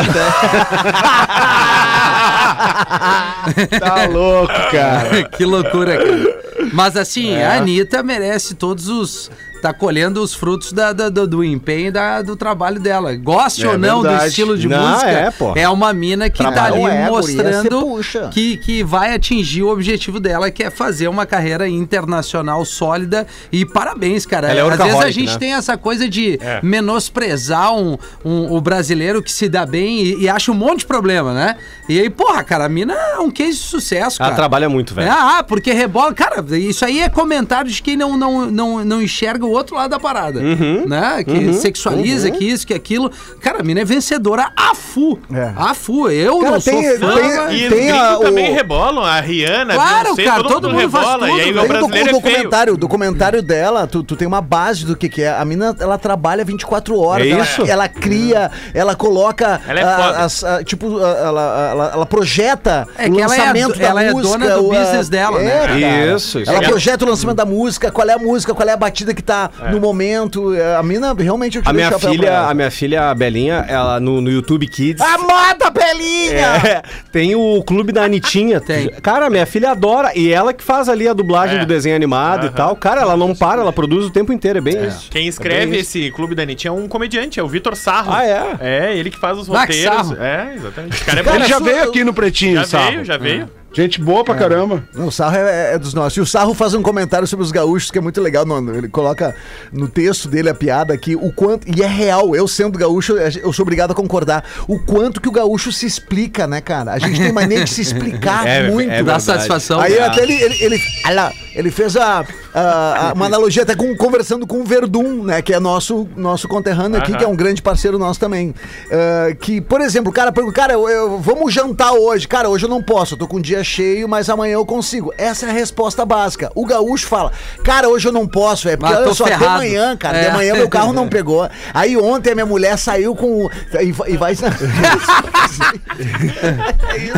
B: Tá louco, cara.
C: que loucura, cara. Mas assim, a Anitta merece todos os. Tá colhendo os frutos da- da- do, do empenho e da- do trabalho dela. Goste
B: É
C: ou não do
B: verdade.
C: estilo de
G: Não,
C: música,
G: é, pô.
C: uma mina que tá ali
J: Não é, guria, cê
C: mostrando
J: puxa.
C: que, que vai atingir o objetivo dela, que é fazer uma carreira internacional sólida. E parabéns, cara.
G: Ela é
C: Às vezes a
G: workaholic,
C: gente
G: né?
C: tem essa coisa de
G: É.
C: menosprezar um, um- o brasileiro que se dá bem e, e acha um monte de problema, né? E aí, porra, cara, a mina é um case de sucesso, cara.
G: Ela trabalha muito, velho.
C: Ah, porque rebola. Cara, isso aí é comentário de quem não, não, não, não enxerga o outro lado da parada.
G: Uhum.
C: Né? Que sexualiza, que isso, que aquilo. Cara, a mina é vencedora a fu.
H: É.
C: A fu. Eu
H: Cara,
C: não
H: tem-
C: sou fã.
H: tem-
C: mas-
F: E os
H: tem a-
F: gringos também
H: o-
F: rebolam, a Rihanna,
C: Claro, cara, todo mundo faz
F: rebola.
C: tudo,
F: e aí
C: velho.
F: o
H: Tem docu-
F: brasileiro
H: o
F: é feio.
H: documentário, o documentário dela, tu, tu tem uma base do que, que é. A mina, ela trabalha 24 horas.
G: É
H: ela,
G: isso?
H: ela cria, ela coloca.
F: Ela é
H: ah,
F: foda.
H: as- ah, tipo, ah, ela, ela, ela projeta
C: É que ela é a do- ela é dona do
H: o, ah,
C: business dela,
H: é,
C: né?
H: cara.
G: Isso, isso.
H: Ela
G: É.
H: projeta o lançamento da música, qual é a música, qual é a batida que tá no momento. é, A mina realmente eu
G: A
H: tiro o
G: minha
H: chapéu pra
G: filha,
H: ela.
G: a minha filha, a Belinha, ela no, no YouTube Kids.
J: Amada Belinha!
G: É, tem o clube da Anitinha.
C: Tem.
G: Cara, minha filha adora. E ela que faz ali a dublagem
F: É.
G: do desenho animado e tal. Cara, ela não para, ela produz o tempo inteiro. É bem isso.
F: Quem escreve esse Clube da Anitta é um comediante, é o Vitor Sarro.
G: Ah, é?
F: É, ele que faz os
C: Ah, que
F: roteiros.
C: Sarro.
F: É, exatamente. O cara é
B: Ele
F: bom.
B: já veio aqui no Pretinho,
F: Já
B: sabe?
F: veio, já veio.
B: Gente boa pra caramba.
H: Não, o Sarro é, é dos nossos. E o Sarro faz um comentário sobre os gaúchos que é muito legal. no- no- ele coloca no texto dele a piada que o quanto. E é real, eu sendo gaúcho, eu sou obrigado a concordar. O quanto que o gaúcho se explica, né, cara? A gente tem mania de se explicar
G: É,
H: muito.
C: Dá
G: é verdade.
C: satisfação.
H: Aí
C: cara.
H: até ele, ele, ele, olha lá, ele fez a, a- a- uma analogia até com conversando com o Verdun, né? Que é nosso, nosso conterrâneo aqui,
F: Aham.
H: que é um grande parceiro nosso também. Ah, que, por exemplo, o cara pergunta, cara, eu, eu- vamos jantar hoje. Cara, hoje eu não posso, eu tô com um dia cheio, mas amanhã eu consigo. Essa é a resposta básica. O gaúcho fala, cara, hoje eu não posso, é porque
C: Mas Ah, tô
H: eu só até
C: ferrado.
H: amanhã, cara.
C: É.
H: De manhã meu carro não pegou. Aí ontem a minha mulher saiu com. o- E, vai- e vai.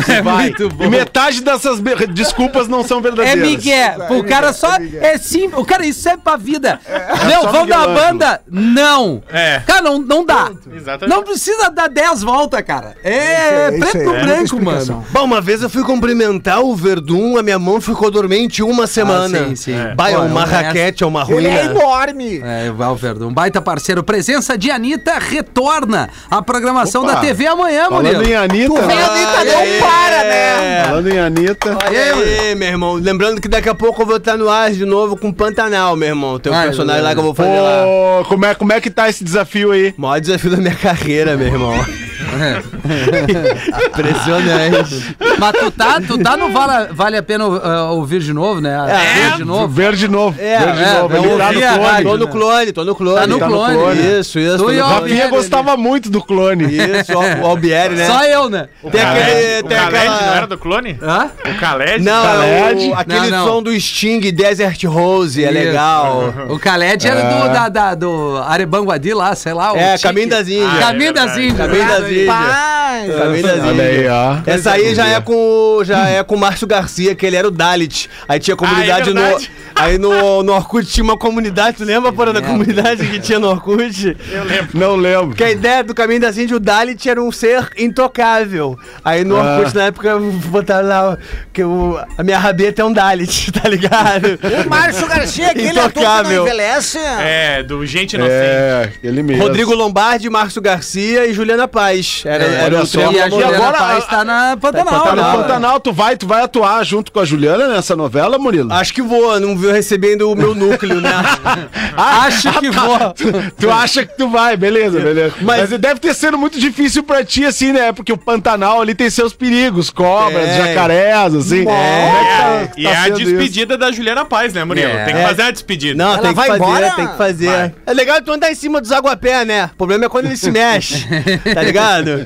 C: é muito
B: E
C: bom.
B: metade dessas be- desculpas não são
C: É
B: verdadeiras.
C: Miguel, o cara só é simples, o cara isso serve pra vida. Não,
B: só
C: vamos dar
B: Miguel
C: uma
B: Ângelo.
C: banda? Não.
F: É.
C: Cara, não, não dá.
F: Exatamente.
C: Não precisa dar 10 voltas, cara. É,
H: isso
C: preto
H: aí,
C: no
H: é muita
C: branco,
H: explicação.
C: mano.
D: Bah, uma vez eu fui cumprimentar o Verdun, a minha mão ficou dormente uma
B: Ah,
D: semana.
C: sim, sim. É.
D: Bah, é
C: Pô, é um
D: uma raquete, é uma ruína.
H: enorme!
C: É, Valverde, um baita parceiro. Presença de Anitta retorna à programação da TV amanhã,
B: Falando em
C: Murilo.
B: Anitta,
D: Ai,
B: né?
D: ai, é.
B: Falando em Anitta.
D: Olha aí, meu irmão. Lembrando que daqui a pouco eu vou estar no ar de novo com Pantanal, meu irmão. Tem um
C: Ai,
D: personagem lá que eu vou fazer lá.
B: Pô, como é, como é que tá esse desafio aí?
D: Maior desafio da minha carreira, meu irmão. Impressionante.
C: Mas tu tá, tu tá no Vale, vale a Pena ah, Ouvir de novo, né?
D: É.
C: Ouvir de novo.
B: Ver de novo.
D: É,
B: ver de
D: é,
B: novo.
D: eu
B: Ele tá no
D: ouvi a
B: clone.
D: rádio, Tô no clone, tô no clone.
C: Tá no clone.
D: Isso,
C: Tu
D: isso. tô no
C: e o
D: clone.
B: Rafinha
C: Albieri,
B: gostava muito do clone.
D: Isso, o o Albieri,
H: É.
D: né?
C: Só eu, né?
D: Tem
F: Caled,
D: aquele.
F: o
D: Tem
F: Caled não era
D: aquela...
F: do clone?
C: Hã?
F: O Caled?
D: Não, é o-
B: Caled?
D: aquele
C: Não, não.
D: som do Sting, Desert Rose, é
C: Isso.
D: legal.
C: O Khaled era
B: É.
C: do, da, da- do Arebanguadi lá, sei lá. o
D: É,
C: Tique.
D: Caminho das Índias.
C: Ah, Caminho
F: é
C: das
F: verdade.
C: Índias.
D: Caminho das
C: Obrigado aí.
D: Índias. Caminho das
B: Olha
D: Índias.
B: aí, ó.
D: Essa aí já é com o- já é com o Márcio Garcia, que ele era o Dalit. Aí tinha comunidade
F: Ah, é
D: no
F: verdade.
D: aí no, no Orkut tinha uma comunidade, tu lembra porra da
C: merda.
D: comunidade que tinha no Orkut?
F: Eu lembro.
B: Não lembro.
D: Porque a ideia do caminho das Índias, o Dalit era um ser intocável. Aí no Orkut, né? na época, botaram lá que o- a minha rabeta é um Dalit, tá ligado?
J: O Márcio Garcia, aquele ator que é não
D: Intocável.
J: envelhece.
F: É, do Gente Inocente.
B: É, ele mesmo.
D: Rodrigo Lombardi, Márcio Garcia e Juliana Paz.
E: Exatamente. Era,
B: É,
E: era
B: olha
E: o
B: só.
E: tema.
C: E a
B: E
C: Juliana
B: agora,
C: Paz
B: a-
C: está na Pantanal.
B: Tá no
C: né?
B: Pantanal, tu vai, tu vai atuar junto com a Juliana nessa novela, Murilo?
E: Acho que vou, não vi recebendo o meu núcleo, né?
C: Acho que vou.
B: Tu acha que tu vai, beleza, beleza. Mas, deve ter sido muito difícil pra ti, assim, né? Porque o Pantanal ali tem seus perigos, cobras,
E: Tem.
B: jacarés, assim.
F: E
B: Como tá-
F: é,
B: tá
F: e é a
B: sendo isso?
F: despedida da Juliana Paz, né, Murilo?
C: É.
F: Tem que fazer a despedida.
E: Não,
H: Ela
E: tem que
H: vai
E: fazer,
H: embora?
E: tem que fazer. É legal tu andar em cima dos aguapé, né? O problema é quando ele se mexe, tá ligado?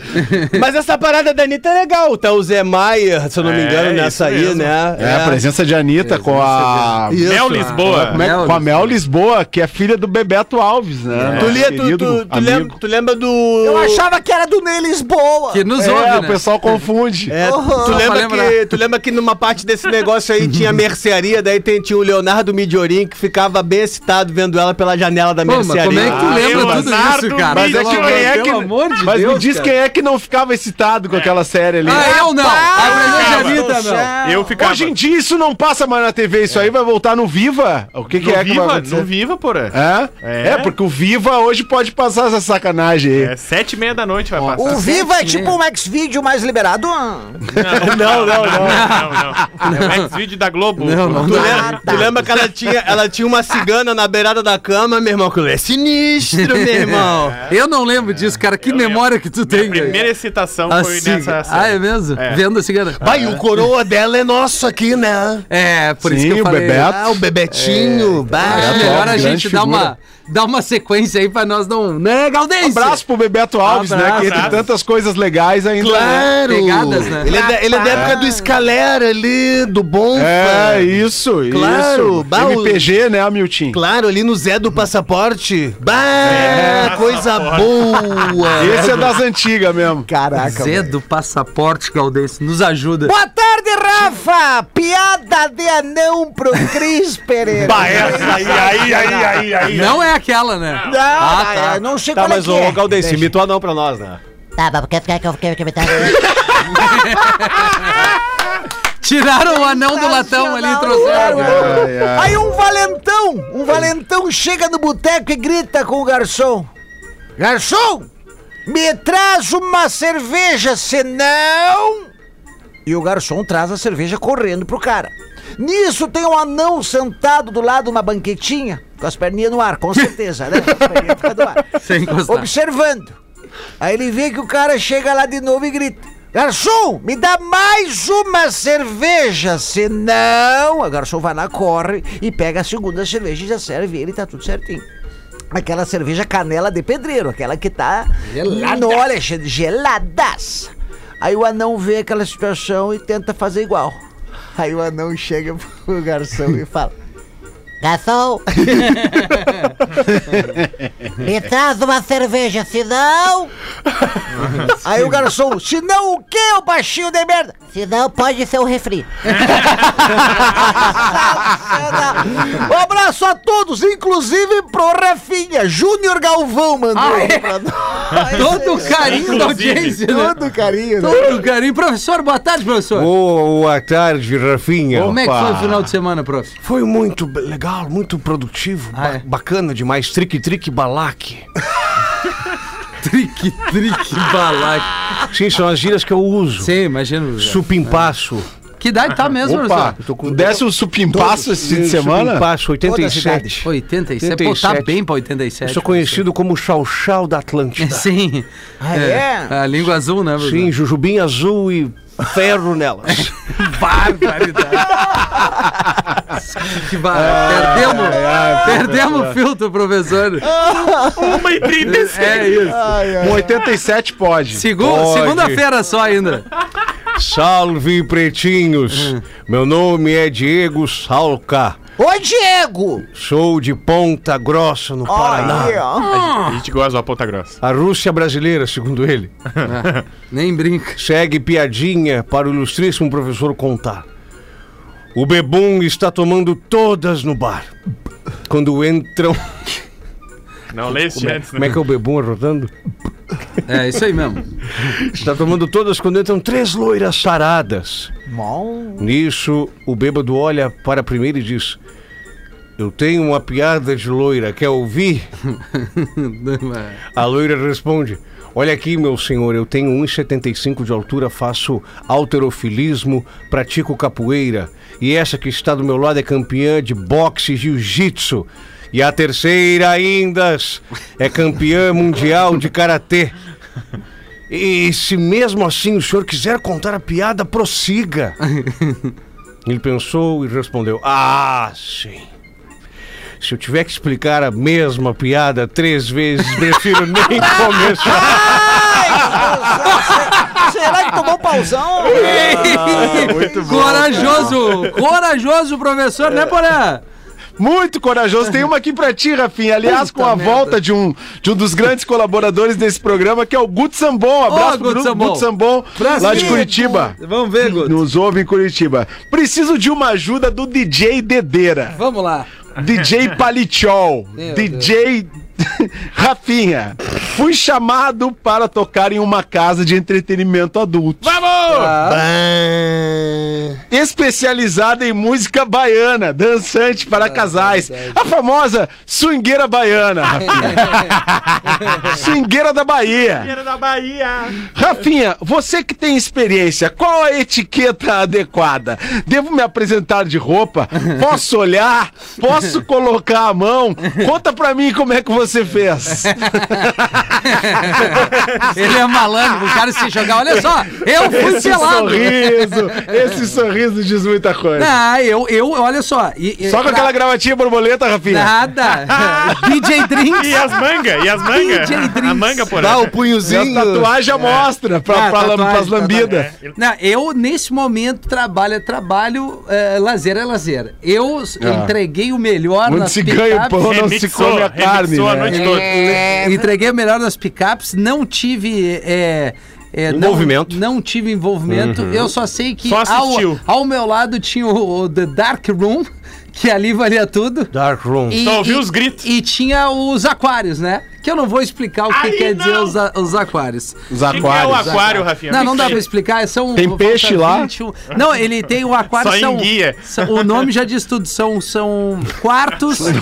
E: Mas essa parada da Anitta é legal, tá? O Zé Maier, se eu não me
F: É,
E: engano,
F: isso
E: nessa aí,
F: mesmo.
E: né?
B: É, a presença de Anitta com a.
F: Mel Lisboa.
B: Como é- com a Mel Lisboa, que é filha do Bebeto Alves, né?
C: É,
E: Tu,
B: Nosso
E: lia, tu,
B: querido
E: tu, tu
B: amigo.
E: lembra, tu lembra do.
H: Eu achava que era do Ney Lisboa.
C: Que nos
B: É,
C: ouve,
B: o
C: né?
B: pessoal confunde.
E: É,
H: Uhum.
E: tu,
C: Só pra
E: lembra que,
C: lembrar.
E: tu lembra que numa parte desse negócio aí tinha mercearia, daí tem- tinha o Leonardo Midiorin que ficava bem excitado vendo ela pela janela da
C: Pô, mas
E: mercearia.
C: como é que tu
F: Ah,
C: lembra tudo
F: Leonardo
C: isso, cara?
F: Mas
B: Mas é
C: Pelo
B: que
C: amor-
B: quem é que.
C: Pelo amor de
B: mas
C: Deus,
B: me diz
C: cara.
B: quem é que não ficava excitado com
E: É.
B: aquela série ali.
C: Ah, eu não. A
F: Ficava.
C: Juliana não.
F: Eu ficava.
B: Hoje em dia isso não passa mais na TV,
E: É.
B: isso aí vai voltar no Viva. O que, que
F: no
B: é que vai
F: Viva,
B: acontecer?
F: no Viva, porra.
B: Hã? É?
F: É?
B: porque o Viva hoje pode passar essa sacanagem aí.
F: É sete e meia da noite vai
H: O
F: passar.
H: Viva é
C: certo,
H: tipo
C: né?
H: um ex-vídeo mais liberado.
F: Não, não, não. não, não. É o vídeo da Globo.
E: Tu lembra, tu lembra que ela tinha, ela tinha uma cigana na beirada da cama, meu irmão? Que é sinistro, meu irmão.
C: Eu não lembro disso, cara. Que memória que tu tem, cara.
F: Primeira excitação
C: A
F: foi
C: cigana.
F: nessa
C: Ah, é
F: série.
C: mesmo?
F: É.
C: Vendo a cigana.
J: Vai, o coroa dela é nosso aqui, né?
C: É, por isso
B: Sim,
C: que eu
B: o
C: falei.
B: Bebeto.
J: Ah, o Bebetinho. bah.
C: Acho melhor Ah, é, a
B: grande
C: gente dar
B: figura.
C: uma, dar uma sequência aí pra nós não... Né, Galdense?
J: É
B: Abraço pro Bebeto Alves, né?
C: Abraço.
B: Que entre tantas coisas legais ainda. né?
J: Claro.
C: Pegadas, né?
J: Ele é, da, ele é da época do Escalera ali, do Bonfa.
B: É, isso,
J: Claro,
B: isso.
J: bah, o-
B: MPG, né, Amiltim?
J: Claro, ali no Zé do Passaporte. Bah,
F: É,
J: coisa
F: passaporte.
J: boa.
B: Esse é das antigas mesmo.
K: Caraca,
C: Zé do Passaporte, Galdense. Nos ajuda.
H: Boa tarde, Rafa! Piada de anão pro Cris Pereira.
F: Bah,
E: é.
F: essa aí, aí, aí, aí, aí.
C: Não é aquela, né?
H: Não,
C: Ah,
H: ah,
C: tá.
H: eu não sei
E: Tá,
H: qual é
E: mas
H: que
E: o
H: é.
E: Galdense, imitou não pra nós, né?
G: Tá, mas quer ficar que eu fiquei que me tá.
C: Tiraram o anão
H: Tá
C: do latão ali e trouxeram. né?
B: Ai, ai.
H: Aí um valentão, um valentão chega no boteco e grita com o garçom. Garçom, me traz uma cerveja, senão... E o garçom traz a cerveja correndo pro cara. Nisso tem um anão sentado do lado de uma banquetinha, com as perninhas no ar, com certeza, né? As perninhas ficam no ar.
C: Sem encostar.
H: Observando. Aí ele vê que o cara chega lá de novo e grita: Garçom, me dá mais uma cerveja, senão. O garçom vai lá, corre e pega a segunda cerveja e já serve ele, tá tudo certinho. Aquela cerveja canela de pedreiro, aquela que tá. Gelada. Olha, che- geladaça. Aí o anão vê aquela situação e tenta fazer igual. Aí o anão chega pro garçom e fala:
G: Garçom! Me traz uma cerveja, senão.
H: Aí o garçom, se não o que, o baixinho de merda?
G: Senão pode ser um refri.
H: Um abraço a todos, inclusive pro Rafinha. Júnior Galvão mandou
C: Ah, é?
H: pra nós.
C: Todo o carinho da audiência, né?
H: Todo carinho, né?
C: Todo o carinho. Professor, boa tarde, professor.
E: Boa tarde, Rafinha.
C: Como é que foi o final de semana, prof?
J: Foi muito b- legal, muito produtivo,
C: Ah,
J: ba-
C: é?
J: bacana demais. Trick, trick, balaque.
C: Trique, trique, balaque.
J: Sim, são as gírias que eu uso.
C: Sim, imagino. já.
J: Supimpasso.
C: Que idade tá mesmo,
B: Opa,
C: professor?
B: tu desce o supimpasso esse fim de semana?
J: Supimpasso, 87.
C: 87. Pô, tá
J: 87.
C: bem pra 87.
J: Eu sou conhecido como chau-chau da Atlântida.
C: Sim.
H: Ah, é?
C: A língua azul, né, professor?
J: Sim, jujubim azul e ferro nelas.
C: Barbaridade. que bar... É. Perdemos. Perdemos o filtro, professor.
F: Uma e trinta e seis.
C: É isso.
B: Com 87 pode.
C: Segu-
E: Pode.
C: Segunda-feira só ainda.
E: Salve, pretinhos. Meu nome é Diego Salca.
H: Ô, Diego!
E: Sou de Ponta Grossa, no Paraná.
H: Aí, ó.
F: A gente gosta da Ponta Grossa.
E: A Rússia brasileira, segundo ele.
C: Nem brinca.
E: Segue piadinha para o ilustríssimo professor contar. O bebum está tomando todas no bar. Quando entram.
F: Não lê esse antes,
E: Como é
F: né?
E: que é o bebum rodando?
C: É isso aí mesmo.
E: Está tomando todas quando entram três loiras saradas. Nisso, o bêbado olha para a primeira e diz: Eu tenho uma piada de loira, quer ouvir? A loira responde:
J: Olha aqui, meu senhor, eu tenho 1,75 de altura, faço alterofilismo, pratico capoeira. E essa que está do meu lado é campeã de boxe e jiu-jitsu. E a terceira ainda é campeã mundial de karatê. E se mesmo assim o senhor quiser contar a piada, prossiga. Ele pensou e respondeu: Ah, sim. Se eu tiver que explicar a mesma piada três vezes, prefiro nem começar.
E: Será que
H: um
E: tomou pausão?
B: né?
C: corajoso, corajoso, professor, né, Porã?
B: Muito corajoso. Tem uma aqui pra ti, Rafinha. Aliás, com a volta de um, de um dos grandes colaboradores desse programa, que é o Guto Sambon. Abraço
C: Guto
B: pro
C: Sambon.
B: Guto Sambon, lá de Curitiba.
C: Vamos ver, Guto.
B: Nos ouve em Curitiba. Preciso de uma ajuda do DJ Dedeira.
C: Vamos lá.
B: DJ Palichol,
C: Meu
B: DJ Rafinha. Fui chamado para tocar em uma casa de entretenimento adulto.
C: Ah.
B: Especializada em música baiana, dançante para casais. A famosa swingueira baiana, Rafinha. swingueira da Bahia.
F: Era da Bahia.
B: Rafinha, você que tem experiência, qual a etiqueta adequada? Devo me apresentar de roupa? Posso olhar? Posso colocar a mão? Conta pra mim como é que você fez.
C: Ele é malandro, o cara se jogar. Olha só, eu fui
B: Esse
C: pelado.
B: sorriso, esse sorriso diz muita coisa.
C: Ah, eu, eu, olha só. e- e-
B: Só com
C: na-
B: aquela gravatinha borboleta, Rafinha.
C: Nada. DJ
F: E
C: Drinks.
F: as mangas? E as mangas?
C: DJ Drinks.
F: A manga, porra.
J: Dá o
B: E a
J: punhozinho.
B: né?
J: É.
B: tatuagem mostra pra,
C: Ah,
B: pra, lam-
C: tatuagem,
B: pras lambidas.
C: Não, eu, nesse momento, trabalho é trabalho, é, lazer é lazer. Eu s- entreguei o melhor
B: Onde
C: nas
B: se ganha o
C: picapes. É,
B: pão, não se
F: Remixou,
B: come a carne.
F: remixou a
B: né?
F: noite toda.
C: Entreguei o melhor nas picapes, não tive. é, é, não-
J: Envolvimento.
C: Não, tive envolvimento. Eu só sei que
F: Só
C: ao,
F: assistiu.
C: ao meu lado tinha o, o The Dark Room, que ali valia tudo.
J: Dark Room.
C: E,
F: Só ouvi
C: e-
F: os gritos.
C: E tinha os aquários, né? Que eu não vou explicar o que
F: Aí
C: quer dizer
F: não.
C: os, a- os aquários.
B: Os
F: O que, que é o
B: aquários.
F: aquário, Rafinha?
C: Não,
F: Me
C: não dá pra
F: explica.
C: explicar. é São,
B: Tem peixe lá?
C: 21. Não, ele tem o aquário.
F: Só em
C: são-
F: guia.
C: são- o nome já diz tudo. São, são quartos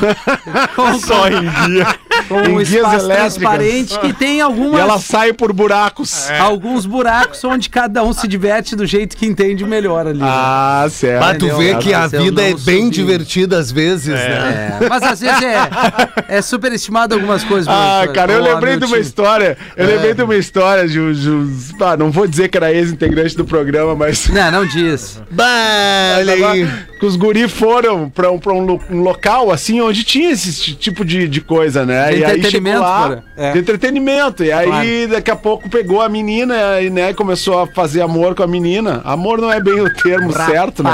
C: com,
F: Só em dia.
C: com um
B: guias
C: espaço
B: elétricas.
C: transparente que tem
B: E ela
C: algumas,
B: sai por
C: É.
B: buracos.
F: É.
C: alguns buracos onde cada um se diverte do jeito que entende melhor ali. né?
B: Ah, certo.
J: Mas tu vê
C: Entendeu?
J: que a
C: Mas eu
J: vida
C: não
J: é bem
C: subi.
J: divertida às vezes, né?
C: É, mas às vezes é, é superestimado algumas coisas.
B: Ah,
C: professor.
B: cara, eu
C: Ó,
B: lembrei
C: meu
B: de uma
C: time.
B: história. Eu
J: É.
B: lembrei de uma história de, um- de um- ah, não vou dizer que era ex-integrante do programa, mas.
C: Não, não diz.
J: Bah, olha aí.
B: É, Que os guri foram pra, um, pra um, lo- um local assim onde tinha esse ti- tipo de, de coisa, né?
C: De
B: e aí
C: entretenimento,
B: chegou lá,
C: cara. É.
B: de entretenimento. E aí daqui a pouco pegou a menina e né, começou a fazer amor com a menina. Amor não é bem o termo certo, né?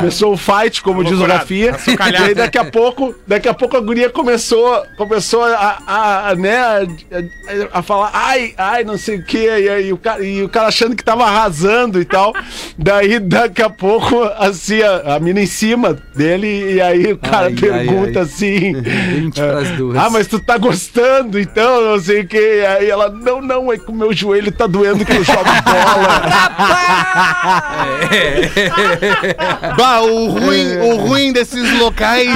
B: Começou o fight, como diz o
F: Loucurado,
B: Rafinha. E
F: açucalhado.
B: aí daqui a pouco, daqui a pouco a guria começou, começou a, a- a, né, a, a- a falar, ai, ai, não sei o que, e, aí o cara, e o cara achando que tava arrasando e tal. Daí daqui a pouco, assim, a, a mina em cima dele, e aí o cara
C: Ai, ai,
B: pergunta
C: ai.
B: assim.
C: 20 pras duas.
B: Ah, mas tu tá gostando, então, não sei o que. Aí ela, não, não, é que o meu joelho tá doendo que eu jogo bola.
J: Bah, o ruim,
C: É.
J: o ruim desses locais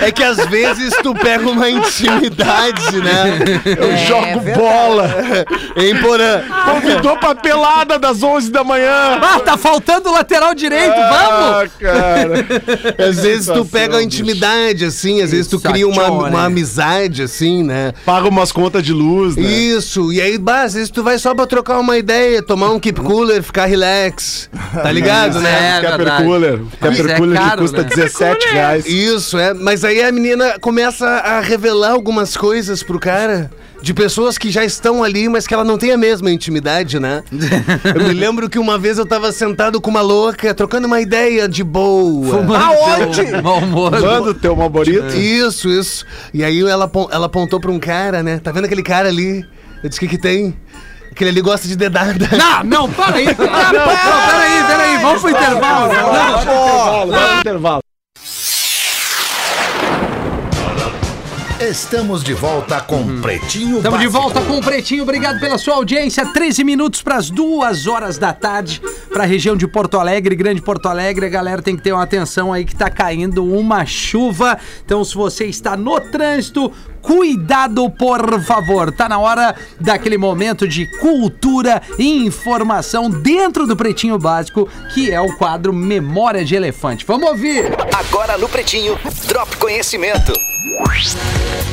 J: é que às vezes tu pega uma intimidade, né?
B: Eu
C: É
B: jogo bola.
J: Hein, Porã?
B: Convidou pra pelada das 11 da manhã.
C: Ah, tá faltando o lateral direito, vamos!
B: Ah, cara.
J: Às vezes tu pega a
B: bicho.
J: intimidade, assim, às vezes tu
C: Isso,
J: cria uma,
C: tchau, né? É.
J: uma amizade, assim, né?
B: Paga umas contas de luz, né?
J: Isso, e aí, bah, às vezes tu vai só pra trocar uma ideia, tomar um keep cooler, ficar relax, tá ligado, né?
C: É
B: Caper
C: verdade.
B: Cooler.
C: Mas
B: Caper
C: é
B: Cooler que
C: caro,
B: custa
C: né?
B: 17 reais.
J: Isso, é. Mas aí a menina começa a revelar algumas coisas pro cara. De pessoas que já estão ali, mas que ela não tem a mesma intimidade, né? Eu me lembro que uma vez eu tava sentado com uma louca, trocando uma ideia de boa.
C: Aonde? Bom humor.
B: Manda o teu malborito.
J: Isso, isso. E aí ela, apon- ela apontou pra um cara, né? Tá vendo aquele cara ali? Eu disse, o que que tem? Aquele ali gosta de dedada.
C: Não, não, para aí. Não, não, peraí, peraí, vamos pro intervalo. Não,
A: Estamos de volta com
E: Uhum.
A: Pretinho
C: Estamos de volta com o Pretinho, obrigado pela sua audiência. 13 minutos para as 2 horas da tarde. pra região de Porto Alegre, Grande Porto Alegre, a galera tem que ter uma atenção aí que tá caindo uma chuva. Então, se você está no trânsito, cuidado, por favor. Tá na hora daquele momento de cultura e informação dentro do Pretinho Básico, que é o quadro Memória de Elefante. Vamos ouvir!
A: Agora no Pretinho, Drop Conhecimento.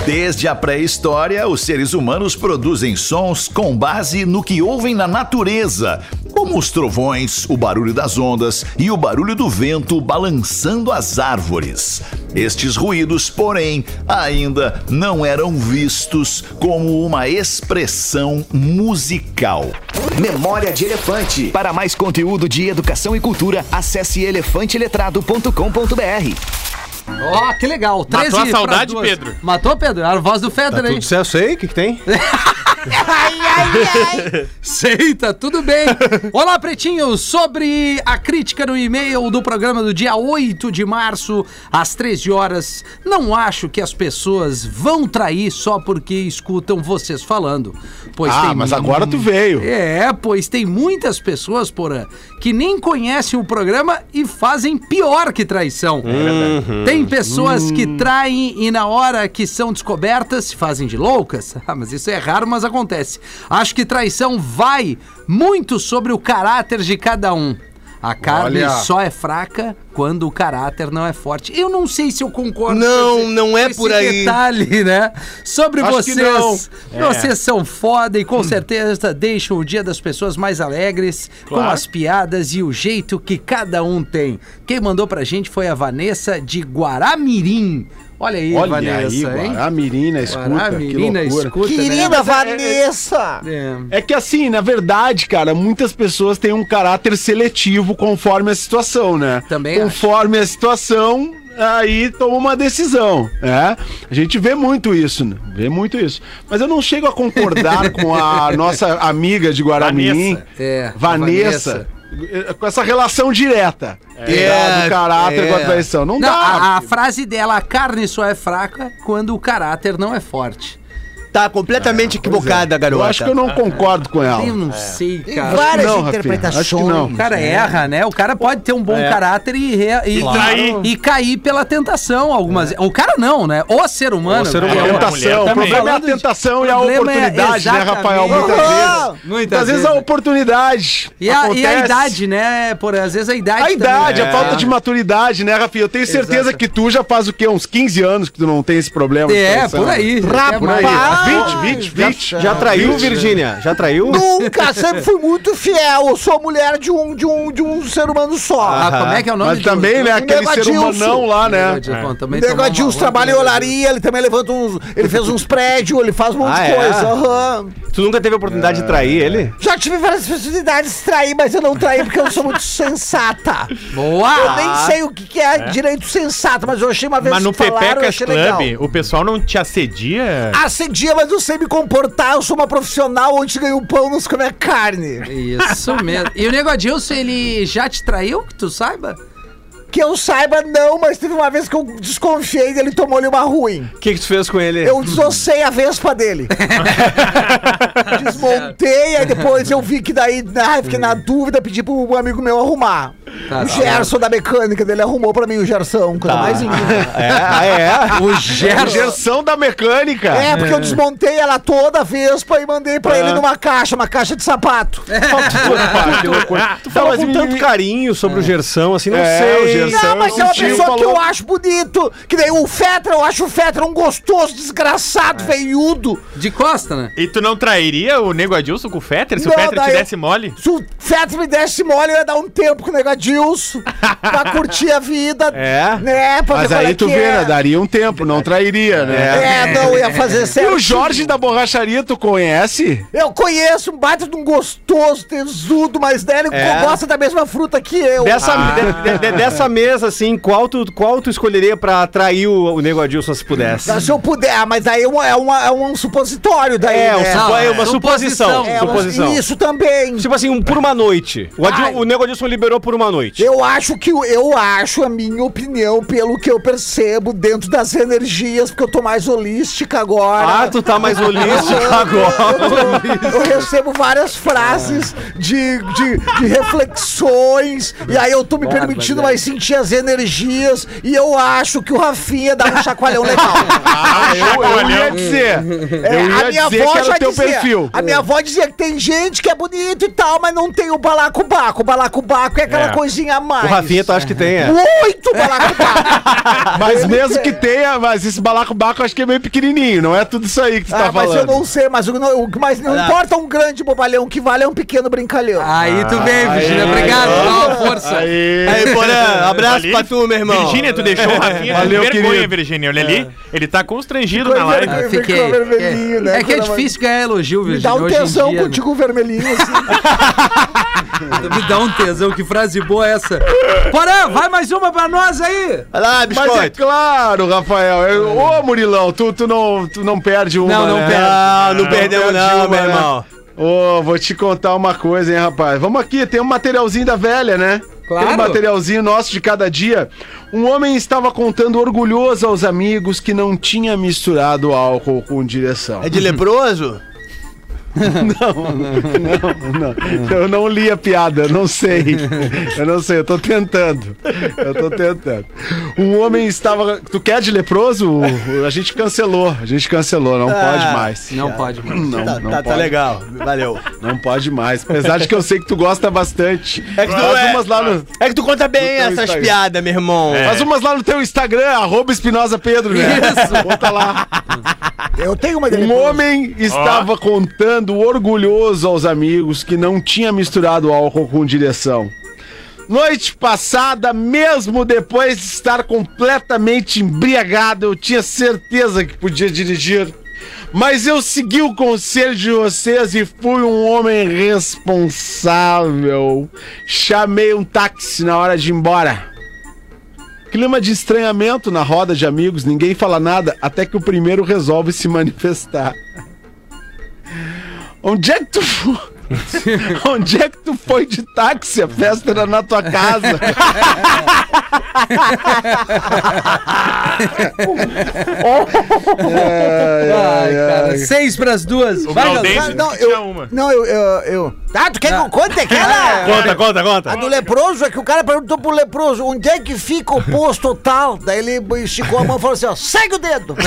A: Desde a pré-história, os seres humanos produzem sons com base no que ouvem na natureza, como os trovões, o barulho das ondas e o barulho do vento balançando as árvores. Estes ruídos, porém, ainda não eram vistos como uma expressão musical. Memória de Elefante. Para mais conteúdo de educação e cultura, acesse elefanteletrado.com.br.
C: Ó, que legal.
F: Matou
C: 13
F: a saudade,
C: pras duas.
F: Pedro?
C: Matou, Pedro? Tá Era a voz do Feder, hein?
J: Tudo certo aí? O que, que tem?
C: Sei, tá tudo bem. Olá, Pretinho. Sobre a crítica no e-mail do programa do dia 8 de março, às 13 horas, não acho que as pessoas vão trair só porque escutam vocês falando. Pois
B: Ah,
C: tem
B: mas
C: mu-
B: agora tu veio.
C: É, pois tem muitas pessoas, porã, que nem conhecem o programa e fazem pior que
G: É
C: traição. Uhum. Tem pessoas que
G: Hum.
C: traem e na hora que são descobertas se fazem de loucas. Ah, mas isso é raro, mas acontece. Acho que traição vai muito sobre o caráter de cada um. A carne
B: Olha.
C: só é fraca quando o caráter não é forte. Eu não sei se eu concordo.
G: Não,
C: com esse-
G: não é
C: com esse
G: por aí.
C: detalhe, né? Sobre
B: Acho que
C: vocês. Vocês são foda e com certeza deixam o dia das pessoas mais alegres com as piadas e o jeito que cada um tem. Quem mandou pra gente foi a Vanessa de Guaramirim. Olha aí,
B: Olha aí,
C: Vanessa, hein?
B: Guaramirim na escuta,
C: Guaramirim na
B: que loucura.
C: escuta,
B: né?
H: Querida Vanessa!
C: né?
B: É que assim, na verdade, cara, muitas pessoas têm um caráter seletivo conforme a situação, né?
C: Também
B: Conforme a situação, aí toma uma decisão, né? A gente vê muito isso, né? Vê muito isso. Mas eu não chego a concordar com a nossa amiga de Guaramirim,
C: É. É, a
B: Vanessa, com essa relação direta tá? do caráter com a traição. Não,
C: É. Não,
B: dá.
C: a, a frase dela, a carne só é fraca quando o caráter não é forte.
G: Tá completamente equivocada,
B: eu
G: garota.
B: acho que eu não concordo com ela.
C: Eu não sei,
H: Tem
C: cara.
H: várias
B: não, Rafinha.
H: interpretações.
B: Acho que não.
C: O cara erra, né? O cara pode ter um bom caráter e, re- e,
F: trair.
C: e cair pela tentação. algumas O cara não, né? O ser humano.
J: O ser
B: A
J: humano.
F: É, uma mulher
B: tentação, o
F: também.
B: problema é a
C: Falando de-
B: tentação e a
C: problema é-
B: oportunidade, né, Rafael?
C: exatamente.
B: Muitas vezes.
C: Muitas
B: Muitas vezes a
C: vezes.
B: oportunidade.
C: E a, e a
B: acontece.
C: idade, né? Por às vezes a idade.
B: A
C: também.
B: idade,
C: É.
B: a falta de maturidade, né, Rafinha? Eu tenho certeza
C: Exato.
B: que tu já faz o quê? Uns 15 anos que tu não tem esse problema. de
C: É,
B: traição.
C: por aí.
B: Ah, por aí.
C: Rapaz!
B: 20, 20, 20.
J: Já traiu, Virgínia? Já traiu?
H: Nunca, sempre fui muito fiel. Eu sou mulher de um, de um, de um ser humano só.
C: Ah, como é que é o nome
B: Mas
C: do-
B: também, né,
H: do
B: aquele ser
H: Negadilson.
B: humanão lá, né?
C: Negadilson, também tomou uma
H: Negadinho
C: onda,
H: trabalha em
C: né?
H: olaria, ele também levanta uns. Ele fez uns prédios, ele faz um monte
G: Ah,
H: de
G: é?
H: coisa. aham.
J: É. Tu nunca teve a oportunidade
B: É.
J: de trair ele?
H: Já tive várias possibilidades de trair, mas eu não traí porque eu sou muito sensata. Eu
C: Boa!
H: nem sei o que, que é, direito sensato, mas eu achei uma vez
F: Mas no
H: que falaram, eu
F: Pepecas
H: achei
F: Club,
H: legal.
F: o pessoal não te assedia?
H: Acedia, mas eu sei me comportar, eu sou uma profissional onde ganho pão, não se come a carne.
C: Isso mesmo. E o Negodilson, ele já te traiu, que tu saiba?
H: Que eu saiba, não, mas teve uma vez que eu desconfiei dele tomou-lhe uma ruim.
J: O que, que tu fez com ele?
H: Eu desossei a vespa dele. Desmontei, aí depois eu vi que daí, ah, fiquei na dúvida, pedi pro um amigo meu arrumar.
C: Tá, tá.
H: o Gerson da mecânica dele arrumou pra mim o Gerson, coisa mais linda.
J: É, ah, é.
C: O Gerson.
B: Injeção da mecânica.
H: É, porque eu desmontei ela toda a vespa e mandei
C: Ah.
H: pra ele numa caixa, uma caixa de sapato.
B: Opa, que loucura.
J: Tu fala com tanto carinho sobre o Gerson, assim, não
B: É,
J: sei.
B: o Gerson.
H: Não, mas é uma
B: O tio
H: pessoa que
B: falou-
H: eu acho bonito. Que daí o Fetra, eu acho o Fetra um gostoso,
B: É.
H: desgraçado, veiudo.
C: De costa, né?
F: E tu não trairia o Nego Adilson com o Fetter? Se
H: Não,
F: o Fetter
H: daí
F: te
H: eu-
F: desse mole?
H: Se o Fetra me desse mole, eu ia dar um tempo com o Negadilson pra curtir a vida.
J: É?
H: Né? Pra
B: Mas
H: ver qual
B: aí
H: é
B: tu
H: que
B: vê,
H: é.
B: né? Daria um tempo, não trairia, né?
H: É, não, eu ia fazer
B: E
H: certo.
B: o Jorge da borracharia, tu conhece?
H: Eu conheço um baita de um gostoso, tesudo, mas né, ele
J: É.
H: gosta da mesma fruta que eu.
J: Dessa,
F: Ah.
J: de- de- de- dessa mesa, assim, qual tu, qual tu escolheria pra atrair o, o Nego Adilson se pudesse?
H: Se eu puder, mas aí é, uma- é uma- é um supositório daí,
J: É, um
H: né?
J: supo- é
C: é
J: uma
C: suposição.
J: suposição.
H: É,
J: suposição.
H: Isso também.
J: Tipo assim, um por uma noite. O, Adil,
H: Ai.
J: o Nego Adilson liberou por uma
F: noite.
H: Eu acho que o- eu acho a minha opinião pelo que eu percebo dentro das energias, porque eu tô mais holística agora.
D: Ah, tu tá mais holístico
H: Eu-
B: Ah,
D: agora.
H: Eu recebo várias frases de, de, de reflexões, e aí eu tô me permitindo
B: né?
H: mais sentir as energias, e eu acho que o Rafinha dá um chacoalhão legal.
F: Ah,
B: Eu ia dizer.
H: É,
B: eu ia dizer que era o teu
H: dizia,
B: perfil. É.
H: A minha avó dizia que tem gente que é bonito e tal, mas não tem o balacobaco. O balacobaco é aquela
F: É.
H: coisinha a mais.
D: O Rafinha, tu acha que tem, é?
H: Muito balacobaco.
B: Mas mesmo que tenha, mas esse balacobaco eu acho que é meio pequenininho, não é tudo isso aí que tu tá
H: ah, mas eu
B: falando.
H: não sei, mas, o, o, mas não importa um grande bobalhão, o que vale é um pequeno brincalhão.
C: Aí tu vem, Virgínia.
B: Ah, aí,
C: Obrigado,
B: aí.
C: dá uma força.
B: Aí. um
D: Aí, Porã, abraço
F: Ali,
D: pra tu, meu irmão.
F: Virgínia, tu deixou o Rafinha com
B: Valeu,
F: vergonha,
B: querido.
F: Virgínia. Olha ali, ele tá constrangido
H: Ficou
F: na live.
H: envergonhado.
C: Eu
H: Ficou
C: fiquei. É,
H: vermelhinho, né,
C: é que é
H: quando-
C: difícil ganhar elogio,
H: Me
C: Virgínia.
H: dá um
C: hoje em
H: tesão
C: dia, né?
H: contigo vermelhinho, assim.
C: Me dá um tesão, que frase boa é essa. Porã, vai mais uma pra nós aí.
D: Vai lá,
B: Mas é
D: biscoito.
B: claro, Rafael. eu- Ô, Murilão, tu, tu, não, tu não perde uma,
D: não
B: né?
D: perde. Ah, não perdeu
B: perde
D: não,
B: uma,
D: meu
B: né?
D: irmão.
B: Ô, vou te contar uma coisa, hein, rapaz. Vamos aqui, tem um materialzinho da velha, né?
C: Claro.
B: Tem um materialzinho nosso de cada dia. Um homem estava contando orgulhoso aos amigos que não tinha misturado álcool com direção.
D: É de leproso?
B: Então, Eu não li a piada, eu não sei. Eu não sei, eu tô tentando. Eu tô tentando. Um homem estava. Tu quer de leproso? A gente cancelou. A gente cancelou, não pode mais.
C: Não pode, mano.
B: Não,
D: Ah, Tá,
B: não
D: tá, tá
B: pode.
D: legal. Valeu.
B: Não pode mais. Apesar de que eu sei que tu gosta bastante.
D: É que tu
B: Faz
D: é-
B: umas lá no,
D: É que tu conta bem
B: teu
D: essas
B: Instagram.
D: piadas, meu irmão.
J: É,
B: faz umas lá no teu Instagram, arroba Espinosa Pedro, né?
C: Isso.
B: Bota lá.
H: Eu tenho uma
B: Um homem estava contando orgulhoso aos amigos que não tinha misturado álcool com direção. Noite passada, mesmo depois de estar completamente embriagado, eu tinha certeza que podia dirigir. Mas eu segui o conselho de vocês e fui um homem responsável. Chamei um táxi na hora de ir embora. Clima de estranhamento na roda de amigos, ninguém fala nada, até que o primeiro resolve se manifestar. Onde é que tu foi? Onde é que tu foi de táxi? A festa era na tua casa.
C: Ai, cara. Seis pras duas.
F: O
C: Vai, Gal-
F: Galdense
H: não,
F: tinha uma.
H: Não, eu. eu, eu...
L: Ah, tu quer que eu conte
F: Ah,
L: aquela?
F: é.
D: Conta, conta, conta.
H: A do leproso é que o cara perguntou pro leproso onde é que fica o posto tal. Daí ele esticou a mão e falou assim: ó, segue o dedo.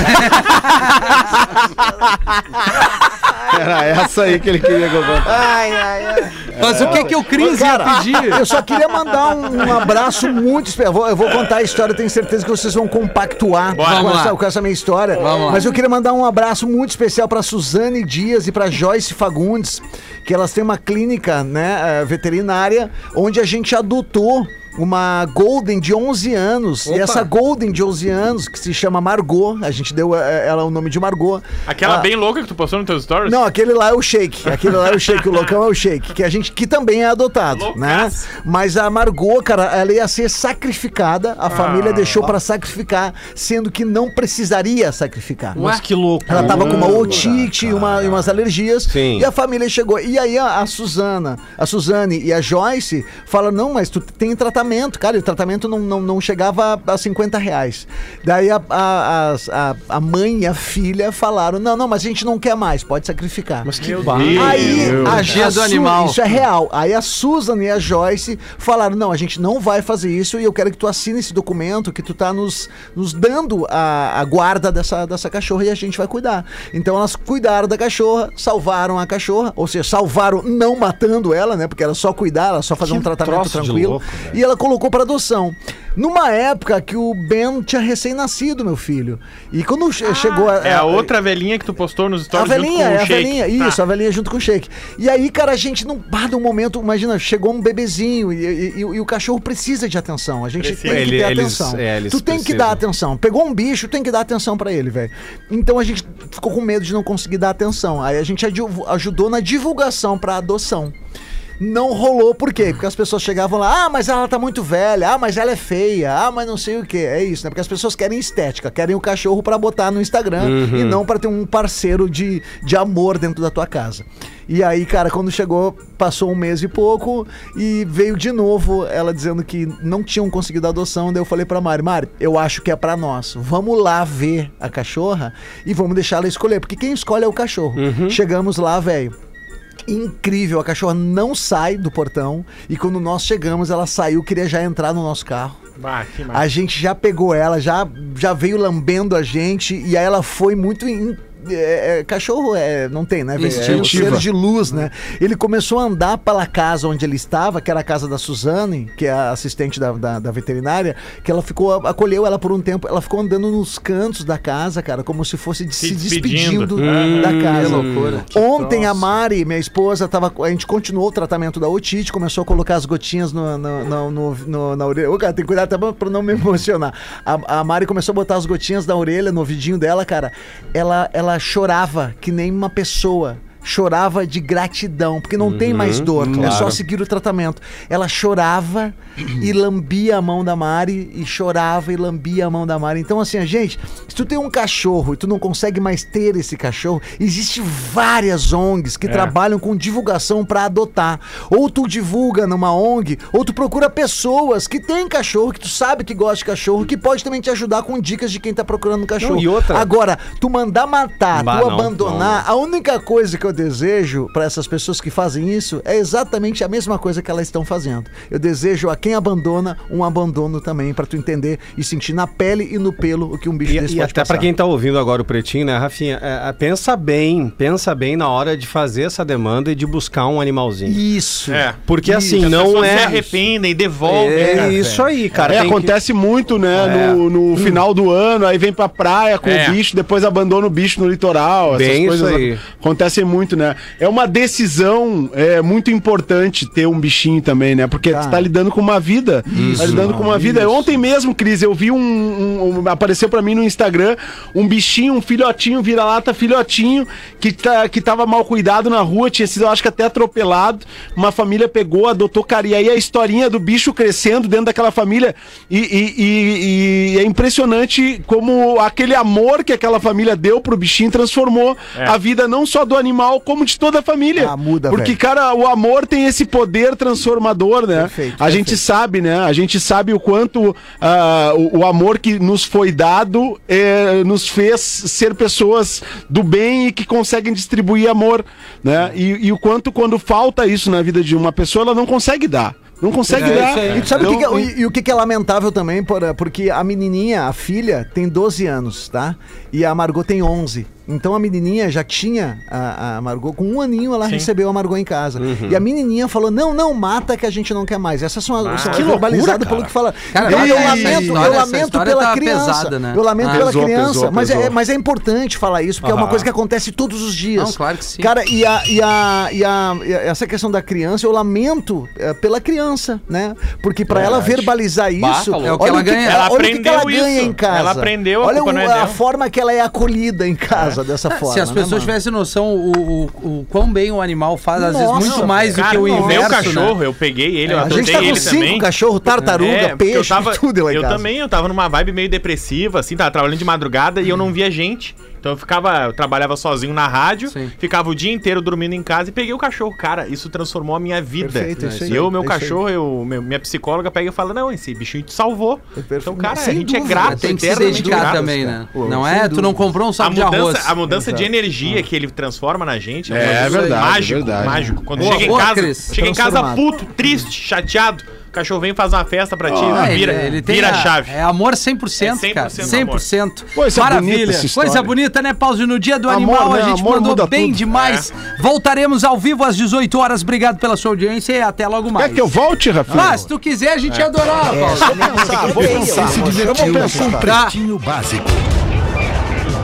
B: Era essa aí que ele queria que eu contasse.
H: Ai, ai, ai.
C: Mas o que que o Cris ia pedir?
H: Eu só queria mandar um, um abraço muito especial. Eu vou- Eu vou contar a história, eu tenho certeza que vocês vão compactuar
C: Bora.
H: com
C: Vamos lá.
H: essa, com essa minha história.
C: Vamos lá.
H: Mas eu queria mandar um abraço muito especial para Suzane Dias e para Joyce Fagundes, que elas têm uma clínica né, eh, veterinária onde a gente adotou uma Golden de 11 anos. E
C: Opa.
H: essa Golden de 11 anos, que se chama Margot, a gente deu eh, ela o nome de Margot.
F: Aquela
H: Ah,
F: bem louca que tu postou nos teus stories?
H: não, aquele lá é o shake. Aquele lá é o shake, o loucão é o shake. Que a gente, que também é adotado, né?
F: Loucaço.
H: Mas a Margot, cara, ela ia ser sacrificada. A família deixou pra sacrificar, sendo que não precisaria sacrificar.
D: que louco.
H: Ela tava com uma otite e uma, e umas alergias.
D: Sim.
H: E a família chegou. E aí a, a Suzana, a Suzane e a Joyce falaram: não, mas tu tem tratamento, cara. E o tratamento não, não, não chegava a 50 reais. Daí a, a, as- a, a mãe e a filha falaram: não, não, mas a gente não quer mais, pode sacrificar. Mas que Aí a,
C: Dia
H: a
C: do
H: Su-
C: animal.
H: Isso é real. Aí a Susan e a Joyce falaram: não, a gente não vai fazer isso e eu quero que tu assine esse documento que tu tá nos, nos dando a, a guarda dessa, dessa cachorra e a gente vai cuidar. Então elas cuidaram da cachorra, salvaram a cachorra, ou seja, salvaram não matando ela, né? Porque era só cuidar, era só fazer um tratamento
J: troço de
H: tranquilo.
J: louco,
H: e ela colocou pra adoção. Numa época que o Ben tinha recém-nascido, meu filho. E quando che- chegou a.
F: É a outra velhinha que tu postou nos
H: A
F: stories
H: velhinha,
F: junto com
H: é
F: o
H: a
F: Shake.
H: velhinha, isso, a velhinha junto com o shake. E aí, cara, a gente não para um momento, imagina, chegou um bebezinho e, e- e- e o cachorro precisa de atenção. A gente
F: Precisa.
H: tem que
J: Ele-
H: ter
J: eles-
H: atenção.
J: é, eles
H: tu tem que
J: precisam.
H: dar atenção. Pegou um bicho, tem que dar atenção pra ele, velho. Então a gente ficou com medo de não conseguir dar atenção. Aí a gente adi- ajudou na divulgação pra adoção. Não rolou, por quê? Porque as pessoas chegavam lá, ah, mas ela tá muito velha, ah, mas ela é feia, ah, mas não sei o que. É isso, né? Porque as pessoas querem estética, querem o cachorro pra botar no Instagram e não pra ter um parceiro de, de amor dentro da tua casa. E aí, cara, quando chegou, passou um mês e pouco e veio de novo ela dizendo que não tinham conseguido a adoção. Daí eu falei pra Mari, Mari, eu acho que é pra nós. Vamos lá ver a cachorra e vamos deixar ela escolher, porque quem escolhe é o cachorro. Chegamos lá, velho. Incrível, a cachorra não sai do portão e quando nós chegamos, ela saiu, queria já entrar no nosso carro.
F: Bah, que
H: A gente já pegou ela, já, já veio lambendo a gente e aí ela foi muito. in- é, é, cachorro é, não tem, né? Vestir o ser de luz, né? Ele começou a andar pela casa onde ele estava, que era a casa da Suzane, que é a assistente da, da, da veterinária, que ela ficou, acolheu ela por um tempo, ela ficou andando nos cantos da casa, cara, como se fosse de- se, despedindo,
F: despedindo.
H: da casa. Ontem a Mari, minha esposa, tava, a gente continuou o tratamento da otite, começou a colocar as gotinhas no, no- no- no- no- na orelha. Ô, cara, tem que cuidar também pra não me emocionar. A, a Mari começou a botar as gotinhas na orelha, no ouvidinho dela, cara. Ela, ela chorava que nem uma pessoa. Chorava de gratidão, porque não tem mais
J: Uhum,
H: dor, é só seguir o tratamento. Ela chorava e lambia a mão da Mari, e chorava e lambia a mão da Mari. Então, assim, a gente, se tu tem um cachorro e tu não consegue mais ter esse cachorro, existe várias ONGs
J: É.
H: que trabalham com divulgação pra adotar. Ou tu divulga numa ONG, ou tu procura pessoas que têm cachorro, que tu sabe que gosta de cachorro, que pode também te ajudar com dicas de quem tá procurando um cachorro.
J: e outra-
H: Agora, tu mandar matar,
J: Bah,
H: tu
J: não,
H: abandonar, a única coisa que eu desejo pra essas pessoas que fazem isso é exatamente a mesma coisa que elas estão fazendo. Eu desejo a quem abandona um abandono também, pra tu entender e sentir na pele e no pelo o que um bicho desse
J: E, e
H: pode
J: até
H: passar.
J: pra quem tá ouvindo agora o Pretinho, né, Rafinha? É, é, pensa bem, pensa bem na hora de fazer essa demanda e de buscar um animalzinho.
H: Isso.
F: É.
J: Porque assim,
F: As
J: não
F: pessoas
J: é...
F: se arrependem, devolvem.
J: É
D: né,
F: cara.
J: isso aí, cara.
B: É,
J: tem que-
B: acontece muito, né?
J: É.
B: No, no final do ano, aí vem pra praia com
F: É.
B: o bicho, depois abandona o bicho no litoral. Essas
J: Bem isso
B: coisas
J: aí.
B: acontecem muito, né? É uma decisão é, muito importante ter um bichinho também, né? Porque você tá lidando com uma vida. tá lidando com uma vida. Ontem mesmo, Cris, eu vi um, um- um- Apareceu pra mim no Instagram um bichinho, um filhotinho, vira-lata, filhotinho, que, tá, que tava mal cuidado na rua, tinha sido, eu acho que até atropelado. Uma família pegou, adotou, cara. E aí a historinha do bicho crescendo dentro daquela família. E, e- e- e é impressionante como aquele amor que aquela família deu pro bichinho transformou a vida não só do animal, como de toda a família.
H: Ah, muda,
B: Porque,
H: velho.
B: cara, o amor tem esse poder transformador, né?
H: Perfeito,
B: a gente sabe, né? A gente sabe o quanto ah, o, o amor que nos foi dado eh, nos fez ser pessoas do bem e que conseguem distribuir amor, né? E, e o quanto quando falta isso na vida de uma pessoa, ela não consegue dar. Não consegue dar.
H: E tu sabe o que,
B: Então,
H: que é, e, e o que, que é lamentável também, por- porque a menininha, a filha, tem 12 anos, tá? E a Margot tem 11. Então a menininha já tinha a, a Margot, com um aninho ela recebeu a Margot em casa.
C: Uhum.
H: E a menininha falou: não, não, mata que a gente não quer mais. Essas são as. são
B: que loucura, cara.
H: verbalizado pelo que fala.
C: Ah, Cara,
H: eu,
C: olha
H: eu
C: essa
H: lamento,
C: história,
H: eu
C: essa
H: lamento
C: história
H: pela
C: tá
H: criança.
C: pesada, né?
H: Eu lamento
B: Ah.
H: pela
B: Pesou,
H: criança.
B: pesou,
H: mas, É,
B: pesou.
H: mas é importante falar isso, porque é uma coisa que acontece todos os dias.
C: Não, claro que sim.
H: Cara, e, a, e, a, e, a, e a- essa questão da criança, eu lamento eh, pela criança, né? Porque
C: É,
H: pra ela verbalizar isso,
C: falou. É o que ela ganha.
F: Ela
H: olha o que que ela
F: aprendeu
H: ganha
F: isso.
H: em casa.
F: Ela aprendeu, a
H: olha
F: culpa
H: o-
F: não é
H: a
F: dela.
H: forma que ela é acolhida em casa dessa forma.
C: É. Se as pessoas
H: né, mano?
C: tivessem noção o, o, o quão bem o animal faz, às vezes
H: Nossa,
C: muito mais do
F: Cara,
C: que o
F: o
C: inverso,
F: meu
C: né?
F: cachorro, eu peguei ele, eu
H: A gente
F: adotei
H: tá com
F: ele
H: cinco
F: também.
H: cachorro, tartaruga,
F: É, porque
H: peixe,
F: eu tava,
H: tudo lá em
F: Eu
H: casa.
F: também, eu tava numa vibe meio depressiva, assim, tava trabalhando de madrugada e eu não via gente. Então eu ficava, eu trabalhava sozinho na rádio,
C: Sim.
F: ficava o dia inteiro dormindo em casa e peguei o cachorro. Cara, isso transformou a minha vida.
H: Perfeito, é isso aí,
F: eu, meu
H: é isso aí. É
F: cachorro, eu, meu- minha psicóloga pega e fala: Não, esse bichinho te salvou. Então, cara,
H: Sem
F: a gente
H: dúvida,
F: é grato,
C: Tem que se
F: eternamente
C: dedicar
F: grato.
C: também, né?
H: Pô,
C: Não
H: sem
C: é? Tu
H: dúvida.
C: não comprou um
F: A
C: saco de arroz.
F: mudança, a mudança de energia que ele transforma na gente
B: É
F: uma coisa
B: verdade,
F: mágico,
B: é verdade.
F: mágico. Quando
C: Boa,
F: chega em
C: boa,
F: casa,
C: Cris.
F: chega em casa
H: Transformado.
F: puto, triste, chateado, o cachorro vem e faz uma festa pra ti,
C: Ah,
F: vira,
C: ele, ele tem
F: vira a
C: a-
F: chave.
C: É amor 100%,
F: É 100%
C: cara.
F: amor.
C: 100%.
B: Coisa
C: Maravilha.
B: é bonita essa história.
C: Coisa bonita, né, Pause? No dia do
B: Amor,
C: animal a
B: né?
C: gente
B: Amor
C: mandou
B: muda
C: bem
B: tudo.
C: demais.
F: É.
C: Voltaremos ao vivo às 18 horas. Obrigado pela sua audiência e até logo mais.
B: Quer que eu volte, Rafinha?
C: Mas, se tu quiser, a gente ia adorar, Pause.
B: vou pensar. Eu vou pensar.
M: Pretinho Básico.